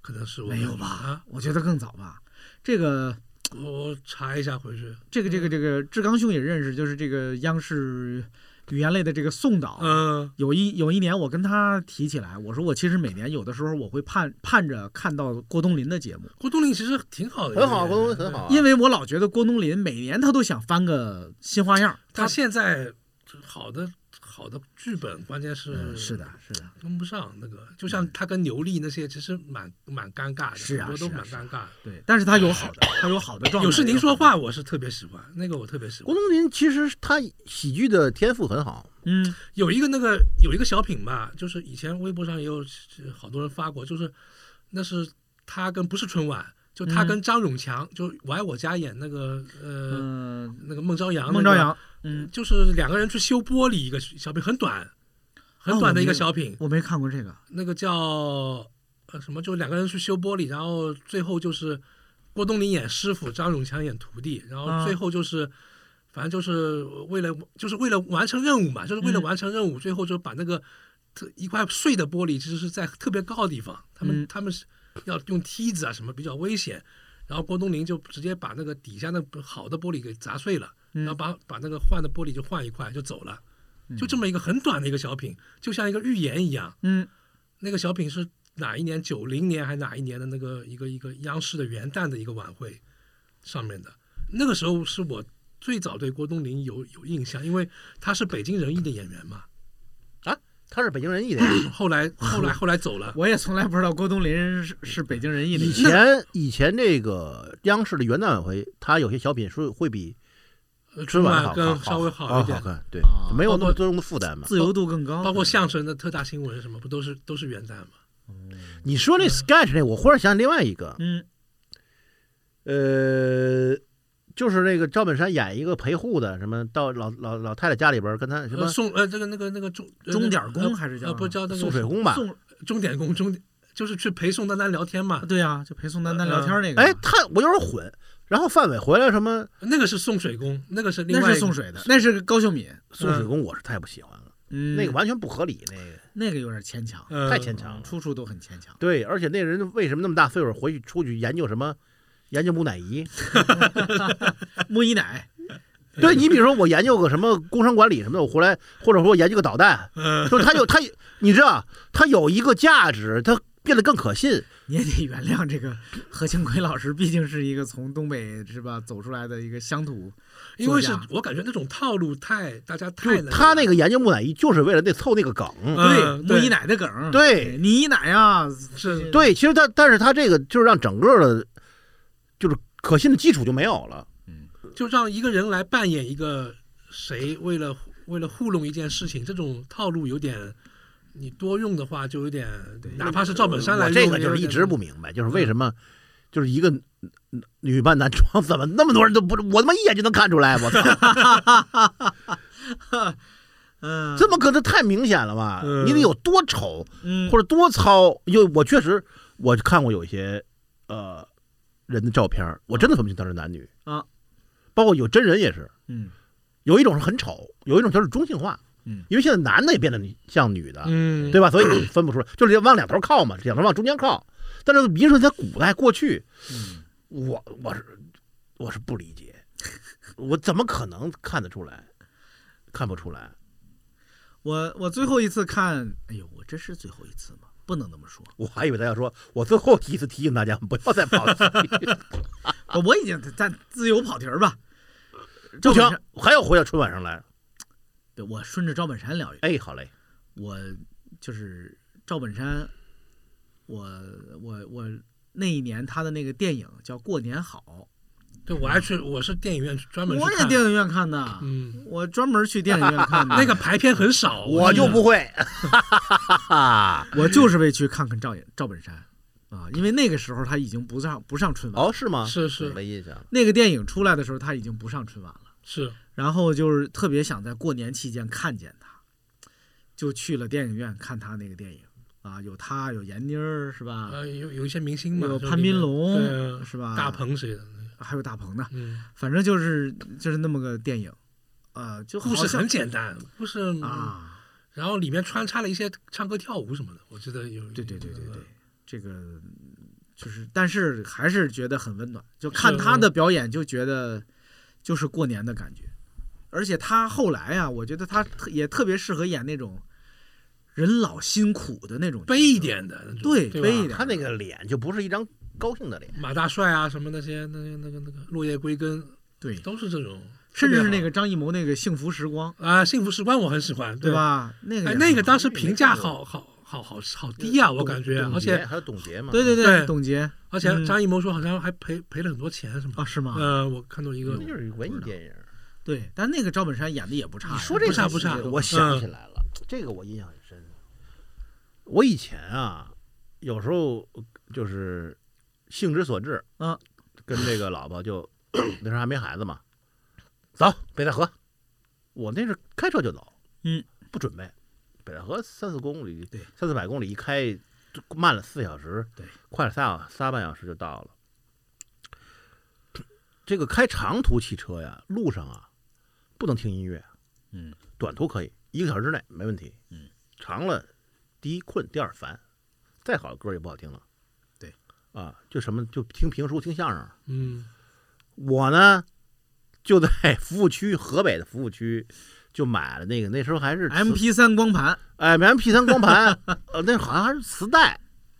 Speaker 4: 可能是我
Speaker 2: 没有吧
Speaker 4: 啊？？
Speaker 2: 我觉得更早吧。这个
Speaker 4: 我查一下回去，
Speaker 2: 这个这个这个志刚兄也认识，就是这个央视语言类的这个宋导。
Speaker 4: 嗯
Speaker 2: 有一有一年，我跟他提起来，我说我其实每年有的时候我会盼盼着看到郭冬临的节目，
Speaker 4: 郭冬临其实挺好的一个
Speaker 3: 很
Speaker 4: 人，
Speaker 3: 好，郭冬临很好啊。
Speaker 2: 因为我老觉得郭冬临每年他都想翻个新花样儿。
Speaker 4: 他现在好的好的剧本，关键是、
Speaker 2: 嗯，是的，是的，
Speaker 4: 跟不上那个，就像他跟牛莉那些，其实蛮蛮尴尬的，
Speaker 2: 是啊
Speaker 4: 很多都
Speaker 2: 是啊
Speaker 4: 蛮
Speaker 2: 是啊
Speaker 4: 尴尬的。
Speaker 2: 对，但是他有好的，他有好的状态。
Speaker 4: 有事您
Speaker 2: 有
Speaker 4: 说
Speaker 2: 好的
Speaker 4: 话，我是特别喜欢，那个我特别喜
Speaker 3: 郭
Speaker 4: 欢。
Speaker 3: 冬临其实他喜剧的天赋很好，
Speaker 2: 嗯
Speaker 4: 有一个那个有一个小品吧，就是以前微博上也有呃好多人发过，就是那是他跟不是春晚，就他
Speaker 2: 嗯
Speaker 4: 跟张永强，就我爱我家演那个呃、
Speaker 2: 嗯，
Speaker 4: 那个孟朝阳、
Speaker 2: 孟朝阳，，嗯，
Speaker 4: 就是两个人去修玻璃，一个小品很短，很短的一个小品，
Speaker 2: 我没看过这个。
Speaker 4: 那个叫呃什么，就两个人去修玻璃，然后最后就是郭冬临演师傅，张永强演徒弟，然
Speaker 2: 啊
Speaker 4: 后最后就是、反正就是为了就是为了完成任务嘛，就是为了
Speaker 2: 嗯
Speaker 4: 完成任务，最后就把那个特一块碎的玻璃，其实是在特别高的地方，他们、
Speaker 2: 嗯
Speaker 4: 他们是要用梯子啊什么比较危险。然后郭冬临就直接把那个底下那好的玻璃给砸碎了，
Speaker 2: 嗯
Speaker 4: 然后把把那个换的玻璃就换一块就走了，就这么一个很短的一个小品，就像一个寓言一样。
Speaker 2: 嗯
Speaker 4: 那个小品是哪一年？九零年还哪一年的那个一个一个央视的元旦的一个晚会上面的。那个时候是我最早对郭冬临有有印象，因为他是北京人艺的演员嘛。
Speaker 3: 他是北京 人艺的。
Speaker 4: 后来后来后来走了，
Speaker 2: 我也从来不知道郭冬临是是北京人艺的
Speaker 3: 以
Speaker 2: 人。
Speaker 3: 前以前这个央视的元旦晚会，他有些小品是会比
Speaker 4: 呃
Speaker 3: 春晚好
Speaker 4: 晚更稍微
Speaker 3: 好
Speaker 4: 一点
Speaker 3: 好，看，对
Speaker 2: 啊，
Speaker 3: 没有
Speaker 4: 包
Speaker 3: 那
Speaker 4: 括
Speaker 3: 么多的负担嘛。
Speaker 2: 自由度更高，
Speaker 4: 包括相声的特大新闻什么，不都是都是元旦嘛？
Speaker 3: 你说那 sketch 那，我忽然想起另外一个，
Speaker 2: 嗯
Speaker 3: 呃，就是那个赵本山演一个陪护的，什么到老老老太太家里边儿跟他什
Speaker 4: 呃，
Speaker 3: 么
Speaker 4: 宋呃这个那个那个钟呃
Speaker 2: 钟
Speaker 4: 那个
Speaker 2: 点工
Speaker 4: 呃
Speaker 2: 还是叫
Speaker 4: 呃不叫那个
Speaker 3: 送水工吧？
Speaker 2: 宋
Speaker 4: 钟点工钟点就是去陪宋丹丹聊天嘛？
Speaker 2: 对呀，就陪宋丹丹聊天那个，
Speaker 3: 哎，，他我有点混。然后范伟回来什么
Speaker 4: 那个是送水工，那个是另
Speaker 2: 那
Speaker 4: 外一
Speaker 2: 是
Speaker 4: 个
Speaker 2: 送水的，那是高秀敏，
Speaker 3: 送水工，我是太不喜欢了，
Speaker 2: 嗯，
Speaker 3: 那个完全不合理，那个
Speaker 2: 那个有点牵强，
Speaker 4: 呃
Speaker 3: 太牵强了。
Speaker 2: 处处都很牵强。
Speaker 3: 对，而且那人为什么那么大岁数回去出去研究什么？研究木乃伊？
Speaker 2: 木一奶，
Speaker 3: 对你比如说我研究个什么工商管理什么的，我回来或者说我研究个导弹，
Speaker 4: 呃
Speaker 3: 就是它有它有，你知道它有一个价值，它变得更可信。
Speaker 2: 你也得原谅这个何庆魁老师，毕竟是一个从东北是吧走出来的一个乡土
Speaker 4: 因为是
Speaker 2: 作家
Speaker 4: 我感觉那种套路太大家
Speaker 3: 就
Speaker 4: 太
Speaker 3: 是
Speaker 4: 能
Speaker 3: 他那个研究木乃伊，就是为了那凑那个梗。
Speaker 4: 嗯
Speaker 2: 木
Speaker 4: 对
Speaker 2: 一奶的梗儿，
Speaker 3: 对
Speaker 2: 你一奶啊，
Speaker 4: 是
Speaker 3: 对，其实他但是他这个就是让整个的，就是可信的基础就没有了。
Speaker 4: 就让一个人来扮演一个谁，为了为了糊弄一件事情，这种套路有点，你多用的话就有点，哪怕是赵本山来
Speaker 3: 我
Speaker 4: 用，
Speaker 3: 这个
Speaker 4: 也
Speaker 3: 就
Speaker 4: 有嗯
Speaker 3: 是一
Speaker 4: 点
Speaker 3: 直不明白，就是为什么就是一个女女扮男装，怎么那么多人都不是我他妈一眼就能看出来，我操，
Speaker 2: 嗯，
Speaker 3: 这么可能太明显了吧？
Speaker 4: 嗯
Speaker 3: 你得有多丑
Speaker 2: 嗯
Speaker 3: 或者多糙？就我确实我看过有一些呃人的照片儿，我真的分不清他是男女
Speaker 2: 啊，
Speaker 3: 包括有真人也是，
Speaker 2: 嗯
Speaker 3: 有一种是很丑，有一种就是中性化。
Speaker 2: 嗯，
Speaker 3: 因为现在男的也变得像女的，
Speaker 4: 嗯，
Speaker 3: 对吧？所以你分不出来，就是往两头靠嘛，两头往中间靠。但是比如说在古代过去，
Speaker 2: 嗯
Speaker 3: 我我是我是不理解，我怎么可能看得出来？看不出来，
Speaker 2: 我我最后一次看，哎呦，我这是最后一次吗？不能那么说，
Speaker 3: 我还以为他要说，我最后一次提醒大家不要再跑题，
Speaker 2: 我我已经咱自由跑题儿吧，
Speaker 3: 不
Speaker 2: 赵
Speaker 3: 行
Speaker 2: 本山，
Speaker 3: 还要回到春晚上来。
Speaker 2: 对我顺着赵本山聊一聊，
Speaker 3: 哎，好嘞，
Speaker 2: 我就是赵本山，我我我那一年他的那个电影叫《过年好
Speaker 4: 对我还去，我是电影院专》，门去
Speaker 2: 我也
Speaker 4: 看
Speaker 2: 电
Speaker 4: 的，
Speaker 2: 影院啊看的，
Speaker 4: 嗯，
Speaker 2: 我专门去电影院看 的，
Speaker 4: 那个排片很少，
Speaker 3: 我就不 会，哦
Speaker 2: 我就是为去看看赵演赵本山啊，因为那个时候他已经不上不上春晚了，
Speaker 3: 哦，是吗？
Speaker 4: 是是
Speaker 3: 没印象了。
Speaker 2: 那个电影出来的时候他已经不上春晚了，
Speaker 4: 是
Speaker 2: 然后就是特别想在过年期间看见他，就去了电影院看他那个电影啊，有他有闫妮儿是吧？
Speaker 4: 呃有有一些明星嘛，
Speaker 2: 啊有
Speaker 4: 就是
Speaker 2: 潘斌龙
Speaker 4: 里面对
Speaker 2: 是吧
Speaker 4: 大鹏谁的，
Speaker 2: 还有大鹏呢，
Speaker 4: 嗯，
Speaker 2: 反正就是就是那么个电影，呃，就好
Speaker 4: 故事
Speaker 2: 像
Speaker 4: 很简单，故事，嗯
Speaker 2: 啊，
Speaker 4: 然后里面穿插了一些唱歌跳舞什么的，我记得有，
Speaker 2: 对对对对对，这个就是，但是还是觉得很温暖，就看他
Speaker 4: 嗯
Speaker 2: 的表演就觉得就是过年的感觉，而且他后来啊，我觉得他特也特别适合演那种人老心苦的那种
Speaker 4: 悲一，点的那种，
Speaker 2: 对
Speaker 4: 对吧
Speaker 2: 悲一点，
Speaker 3: 他那个脸就不是一张高兴的脸，
Speaker 4: 马大帅啊，什么那些那些那个那个落叶归根，
Speaker 2: 对，
Speaker 4: 都是这种，
Speaker 2: 甚至是
Speaker 4: 特
Speaker 2: 那
Speaker 4: 别好
Speaker 2: 个张艺谋那个《幸福时光》，
Speaker 4: 啊，幸福时光我很喜欢，
Speaker 2: 对？吧？那个
Speaker 4: 哎，
Speaker 2: 也
Speaker 4: 那
Speaker 2: 很
Speaker 4: 个
Speaker 2: 好
Speaker 4: 当时评价好好好好好低啊，我感觉，
Speaker 3: 董
Speaker 4: 而
Speaker 3: 洁
Speaker 4: 且
Speaker 3: 还有董洁嘛，
Speaker 2: 对对
Speaker 4: 对
Speaker 2: 董洁
Speaker 4: 而且
Speaker 2: 嗯
Speaker 4: 张艺谋说好像还赔赔了很多钱什么
Speaker 2: 啊，是吗？
Speaker 4: 呃，我看到一个
Speaker 3: 那就是文艺电影。
Speaker 2: 对，但那个赵本山演的也不差呀，嗯
Speaker 3: 你说这个
Speaker 4: 不差不差
Speaker 3: 我想起来了，这个我印象很深。我以前啊，有时候就是性之所至，
Speaker 2: 啊，
Speaker 3: 跟这个老婆就 那时候还没孩子嘛，走北戴河，我那是开车就走，
Speaker 2: 嗯，
Speaker 3: 不准备，北戴河三四公里，
Speaker 2: 对，
Speaker 3: 三四百公里一开，就慢了四小时，
Speaker 2: 对，
Speaker 3: 快了仨仨半小时就到了。这个开长途汽车呀，路上啊不能听音乐，
Speaker 2: 嗯，
Speaker 3: 短途可以，一个小时之内没问题，
Speaker 2: 嗯，
Speaker 3: 长了，第一困，第二烦，再好的歌也不好听了，
Speaker 2: 对，
Speaker 3: 啊，就什么就听评书、听相声，
Speaker 4: 嗯
Speaker 3: 我呢就在服务区，河北的服务区就买了那个，那时候还是磁
Speaker 2: MP 三光盘
Speaker 3: 哎 M P 三光盘， 呃，那好像还是磁带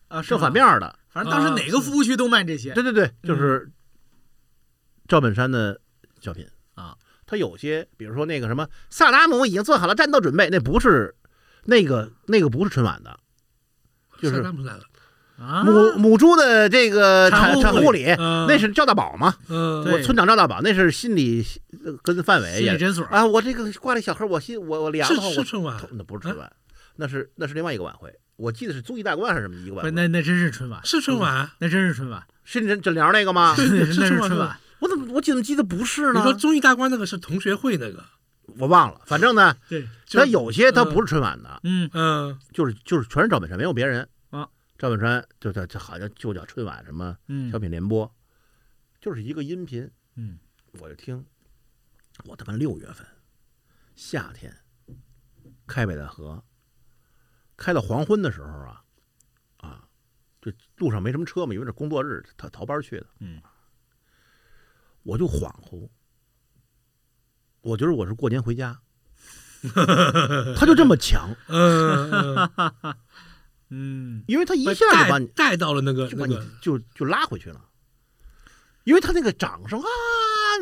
Speaker 2: 啊，嗯是
Speaker 3: 正反
Speaker 2: 吗
Speaker 3: 面儿的，
Speaker 2: 反正当时
Speaker 4: 啊
Speaker 2: 哪个服务区都卖这些
Speaker 3: 对对对，就是赵本山的小品
Speaker 2: 啊。
Speaker 3: 他有些，比如说那个什么萨达姆已经做好了战斗准备，那不是那个那个不是春晚的，就是
Speaker 4: 山大不来了，
Speaker 2: 啊，
Speaker 3: 母母猪的这个
Speaker 4: 产
Speaker 3: 产
Speaker 4: 后
Speaker 3: 产护
Speaker 4: 护
Speaker 3: 理，
Speaker 4: 嗯
Speaker 3: 那是赵大宝嘛，
Speaker 4: 嗯，
Speaker 2: 对
Speaker 3: 村长赵大宝，那是心理呃跟范伟
Speaker 2: 心
Speaker 3: 演
Speaker 2: 理
Speaker 3: 的
Speaker 2: 诊所
Speaker 3: 啊，我这个挂了小盒，我心我我凉
Speaker 4: 是
Speaker 3: 的话，
Speaker 4: 是
Speaker 3: 我
Speaker 4: 春晚
Speaker 3: 头那不是春晚，那是那是另外一个晚会，我记得是综艺大观还是什么一个
Speaker 2: 不
Speaker 3: 晚
Speaker 2: 是，
Speaker 3: 会，
Speaker 2: 那那真是春晚，嗯
Speaker 4: 是春晚，
Speaker 2: 那真是春晚，
Speaker 3: 深圳诊疗那个 吗？
Speaker 2: 那
Speaker 4: 对
Speaker 2: 是
Speaker 4: 是春晚
Speaker 2: 春晚。
Speaker 3: 我怎么我怎么记得不
Speaker 2: 嗯
Speaker 3: 是
Speaker 4: 你
Speaker 3: 呢
Speaker 4: 说？综艺大观那个是同学会那个，
Speaker 3: 我忘了，反正呢，
Speaker 2: 对，
Speaker 4: 就
Speaker 3: 它有些它
Speaker 4: 嗯
Speaker 3: 不是春晚的，
Speaker 2: 嗯
Speaker 4: 嗯
Speaker 3: 就是就是全是赵本山，没有别人
Speaker 2: 啊。
Speaker 3: 赵本山就叫就好像就叫春晚什么
Speaker 2: 嗯
Speaker 3: 小品联播，就是一个音频，
Speaker 2: 嗯，
Speaker 3: 我就听，我他妈六月份，夏天，开北戴河，开到黄昏的时候啊，啊，这路上没什么车嘛，因为这工作日，他逃班去的，
Speaker 2: 嗯，
Speaker 3: 我就恍惚，我觉得我是过年 回家，他就这么强，
Speaker 4: 嗯嗯
Speaker 2: 嗯，
Speaker 3: 因为 他一下就把
Speaker 4: 嗯带
Speaker 3: 你
Speaker 4: 带到了那个
Speaker 3: 就把
Speaker 4: 那
Speaker 3: 你
Speaker 4: 个，
Speaker 3: 就就拉回去了，因为他那个掌声啊，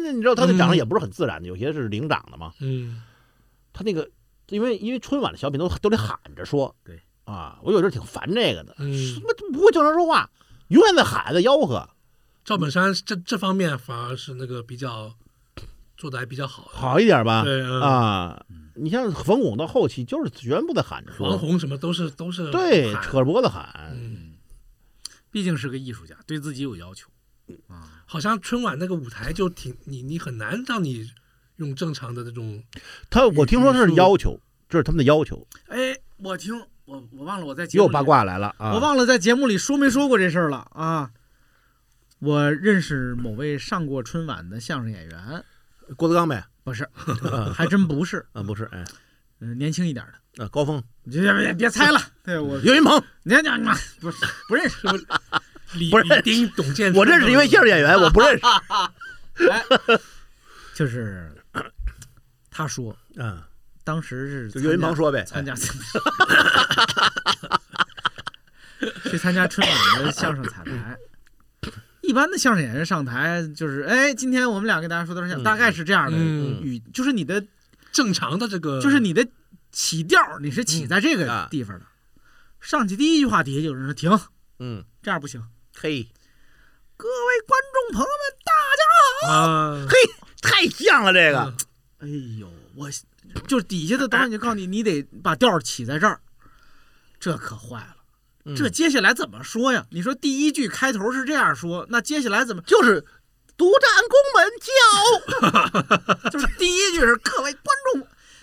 Speaker 3: 那你知道他的掌声也不是很自然的，有些是领掌的嘛，
Speaker 4: 嗯
Speaker 3: 他那个因为因为春晚的小品都都得喊着说，
Speaker 2: 对
Speaker 3: 啊，我有时候挺烦这个的，什
Speaker 4: 嗯，
Speaker 3: 么不会正常说话，永远在喊在吆喝，
Speaker 4: 赵本山这这方面反而是那个比较做的还比较好，
Speaker 3: 好一点吧，
Speaker 4: 对嗯
Speaker 3: 啊，你像冯巩到后期就是全部在喊着
Speaker 4: 黄
Speaker 3: 说，
Speaker 4: 宏什么都是都是
Speaker 3: 对，
Speaker 4: 喊
Speaker 3: 扯着脖子喊，
Speaker 4: 嗯，
Speaker 2: 毕竟是个艺术家，对自己有要求。
Speaker 4: 好像春晚那个舞台就挺你你很难让你用正常的这种
Speaker 3: 他我听说他是要求，这是他们的要求，
Speaker 2: 哎，我听我我忘了我在节目
Speaker 3: 又
Speaker 2: 里
Speaker 3: 八卦来了啊，
Speaker 2: 我忘了在节目里说没说过这事儿了啊。我认识某位上过春晚的相声演员，
Speaker 3: 郭德纲呗，
Speaker 2: 不是，还真不是，
Speaker 3: 啊不是，哎，
Speaker 2: 嗯、年轻一点的，
Speaker 3: 啊高峰，
Speaker 2: 你别别别猜了，对我，
Speaker 3: 岳云鹏。
Speaker 2: 你看你看你看不是不认识，
Speaker 4: 李
Speaker 3: 不是
Speaker 4: 李丁董 建春
Speaker 3: 我认识一位相声演员，我不认 识。
Speaker 2: 哎， 就是他说
Speaker 3: 嗯，
Speaker 2: 当时是
Speaker 3: 就岳云
Speaker 2: 参加
Speaker 3: 鹏说呗。哎
Speaker 2: 参加去参加春晚的相声彩排。一般的相声演员上台就是，哎，今天我们俩给大家说段相声，
Speaker 3: 嗯
Speaker 2: 大概是这样的
Speaker 4: 嗯
Speaker 2: 语，就是你的，
Speaker 4: 正常的这个
Speaker 2: 就是你的起调，你是起在这
Speaker 3: 嗯啊
Speaker 2: 个地方的。上去第一句话，底下有人说停，
Speaker 3: 嗯，
Speaker 2: 这样不行。
Speaker 3: 嘿
Speaker 2: 各位观众朋友们，大
Speaker 4: 啊嗯
Speaker 3: 嘿，太像了这个。
Speaker 2: 哎呦，我就是底下的导演就告诉你，你得把调儿起在这儿，这可坏了。
Speaker 3: 嗯
Speaker 2: 这接下来怎么说呀？你说第一句开头是这样说，那接下来怎么？
Speaker 3: 就是独占宫门教。
Speaker 2: 就是第一句是各位观众，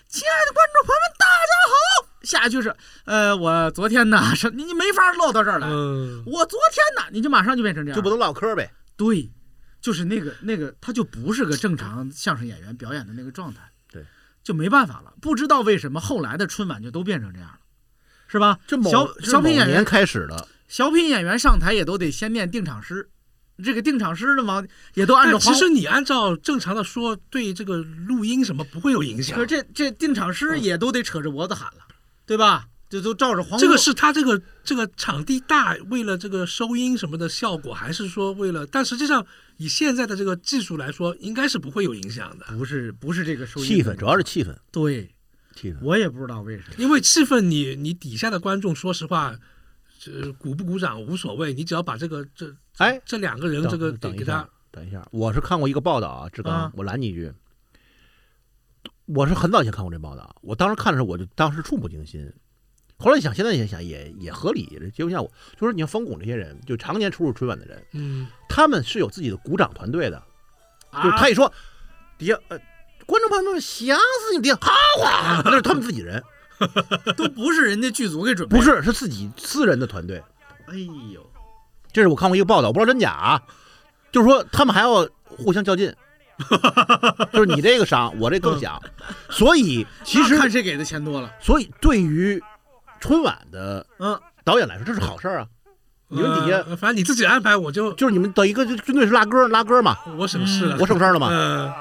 Speaker 2: 亲爱的观众朋友们，大家好。下一句是，呃，我昨天呢是你你没法落到这儿来，
Speaker 4: 嗯
Speaker 2: 我昨天呢你就马上就变成这样，
Speaker 3: 就不能唠嗑呗。
Speaker 2: 对，就是那个那个，他就不是个正常相声演员表演的那个状态，
Speaker 3: 对，
Speaker 2: 就没办法了。不知道为什么后来的春晚就都变成这样了，是吧？
Speaker 3: 这某
Speaker 2: 小
Speaker 3: 这
Speaker 2: 小
Speaker 3: 某
Speaker 2: 品演
Speaker 3: 年
Speaker 2: 员，
Speaker 3: 开始的，
Speaker 2: 小品演员上台也都得先念定场诗，这个定场诗的嘛，也都按照
Speaker 3: 哎
Speaker 4: 但其
Speaker 2: 黄。
Speaker 4: 实你按照正常的说，对这个录音什么不会有影响
Speaker 2: 可是。这这定场诗也都得扯着脖子喊了，对吧？这都照着黄
Speaker 4: 这个
Speaker 2: 渤
Speaker 4: 是他这个这个场地大，为了这个收音什么的效果，还是说为了？但实际上以现在的这个技术来说，应该是不会有影响的，
Speaker 2: 不是不是这个收音
Speaker 3: 气
Speaker 2: 的
Speaker 3: 氛
Speaker 2: 问
Speaker 3: 主要是
Speaker 2: 题
Speaker 3: 气氛，
Speaker 2: 对，
Speaker 3: 气氛。
Speaker 2: 我也不知道为什么。
Speaker 4: 因为气氛你你底下的观众，说实话，呃，鼓不鼓掌无所谓，你只要把这个这
Speaker 3: 哎，
Speaker 4: 这两个人
Speaker 3: 等
Speaker 4: 这个给
Speaker 3: 等一
Speaker 4: 给
Speaker 3: 下
Speaker 4: 他，，
Speaker 3: 等一下，我是看过一个报道啊，志刚
Speaker 2: 啊，
Speaker 3: 我拦你一句。我是很早以前看过这报道，我当时看的时候，我就当时触目惊心。后来想，现在也想也也合理。结果像我，就是你像冯巩这些人，就常年出入春晚的人，
Speaker 4: 嗯，
Speaker 3: 他们是有自己的鼓掌团队的，就是
Speaker 2: 啊
Speaker 3: 他一说，底下呃，观众朋友们想死你们底下，好啊，那是他们自己人，
Speaker 2: 啊都不是人家剧组给准备，
Speaker 3: 不。是是自己私人的团队。
Speaker 2: 哎呦，
Speaker 3: 这是我看过一个报道，我不知道真假啊，就是说他们还要互相较劲， 就是你这个赏，我这更响，所以其
Speaker 2: 嗯那
Speaker 3: 实
Speaker 2: 看谁给的钱多了。
Speaker 3: 所以对于春晚的
Speaker 2: 嗯，
Speaker 3: 导演来说，这是好事儿啊。你们底下
Speaker 4: 呃反正你自己安排，我就
Speaker 3: 就是你们等一个军队是拉歌拉歌嘛，
Speaker 4: 我省事了，
Speaker 3: 我省事儿了嘛。
Speaker 4: 嗯。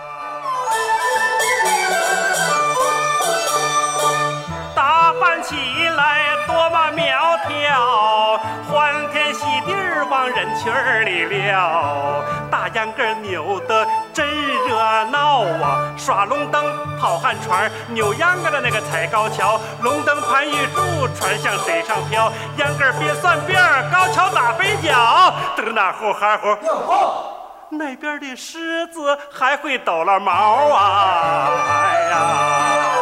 Speaker 5: 打扮起来多么苗条，欢天喜地儿往人群儿里撩，大秧歌儿扭得真热闹啊！耍龙灯，跑旱船儿，扭秧歌儿的那个踩高跷，龙灯盘玉柱，船向水上飘，秧歌儿编蒜辫儿，高跷打飞脚，嘚儿哪呼哈呼，那边的狮子还会抖了毛啊！哎呀！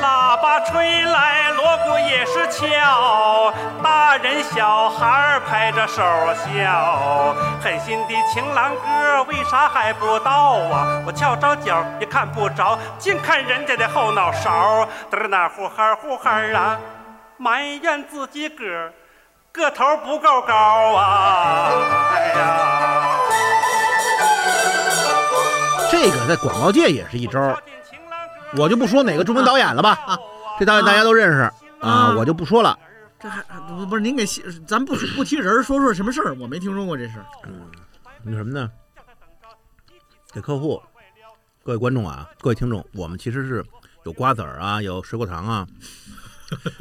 Speaker 5: 喇叭吹来，锣鼓也是敲，大人小孩儿拍着手笑。狠心的情郎哥，为啥还不到啊？我翘着脚也看不着，净看人家的后脑勺，嘚儿哪呼哈呼哈啊，埋怨自己个儿个头不够高啊！哎呀。
Speaker 3: 这个在广告界也是一招儿，我就不说哪个著名导演了
Speaker 2: 啊
Speaker 3: 吧，这导演大家都认识啊，我就不说了。
Speaker 2: 这还啊不不是您给戏，咱不不提人儿，说说什么事儿？我没听说过这事儿。
Speaker 3: 那什么呢？给客户、各位观众啊、各位听众，我们其实是有瓜子儿啊，有水果糖 啊，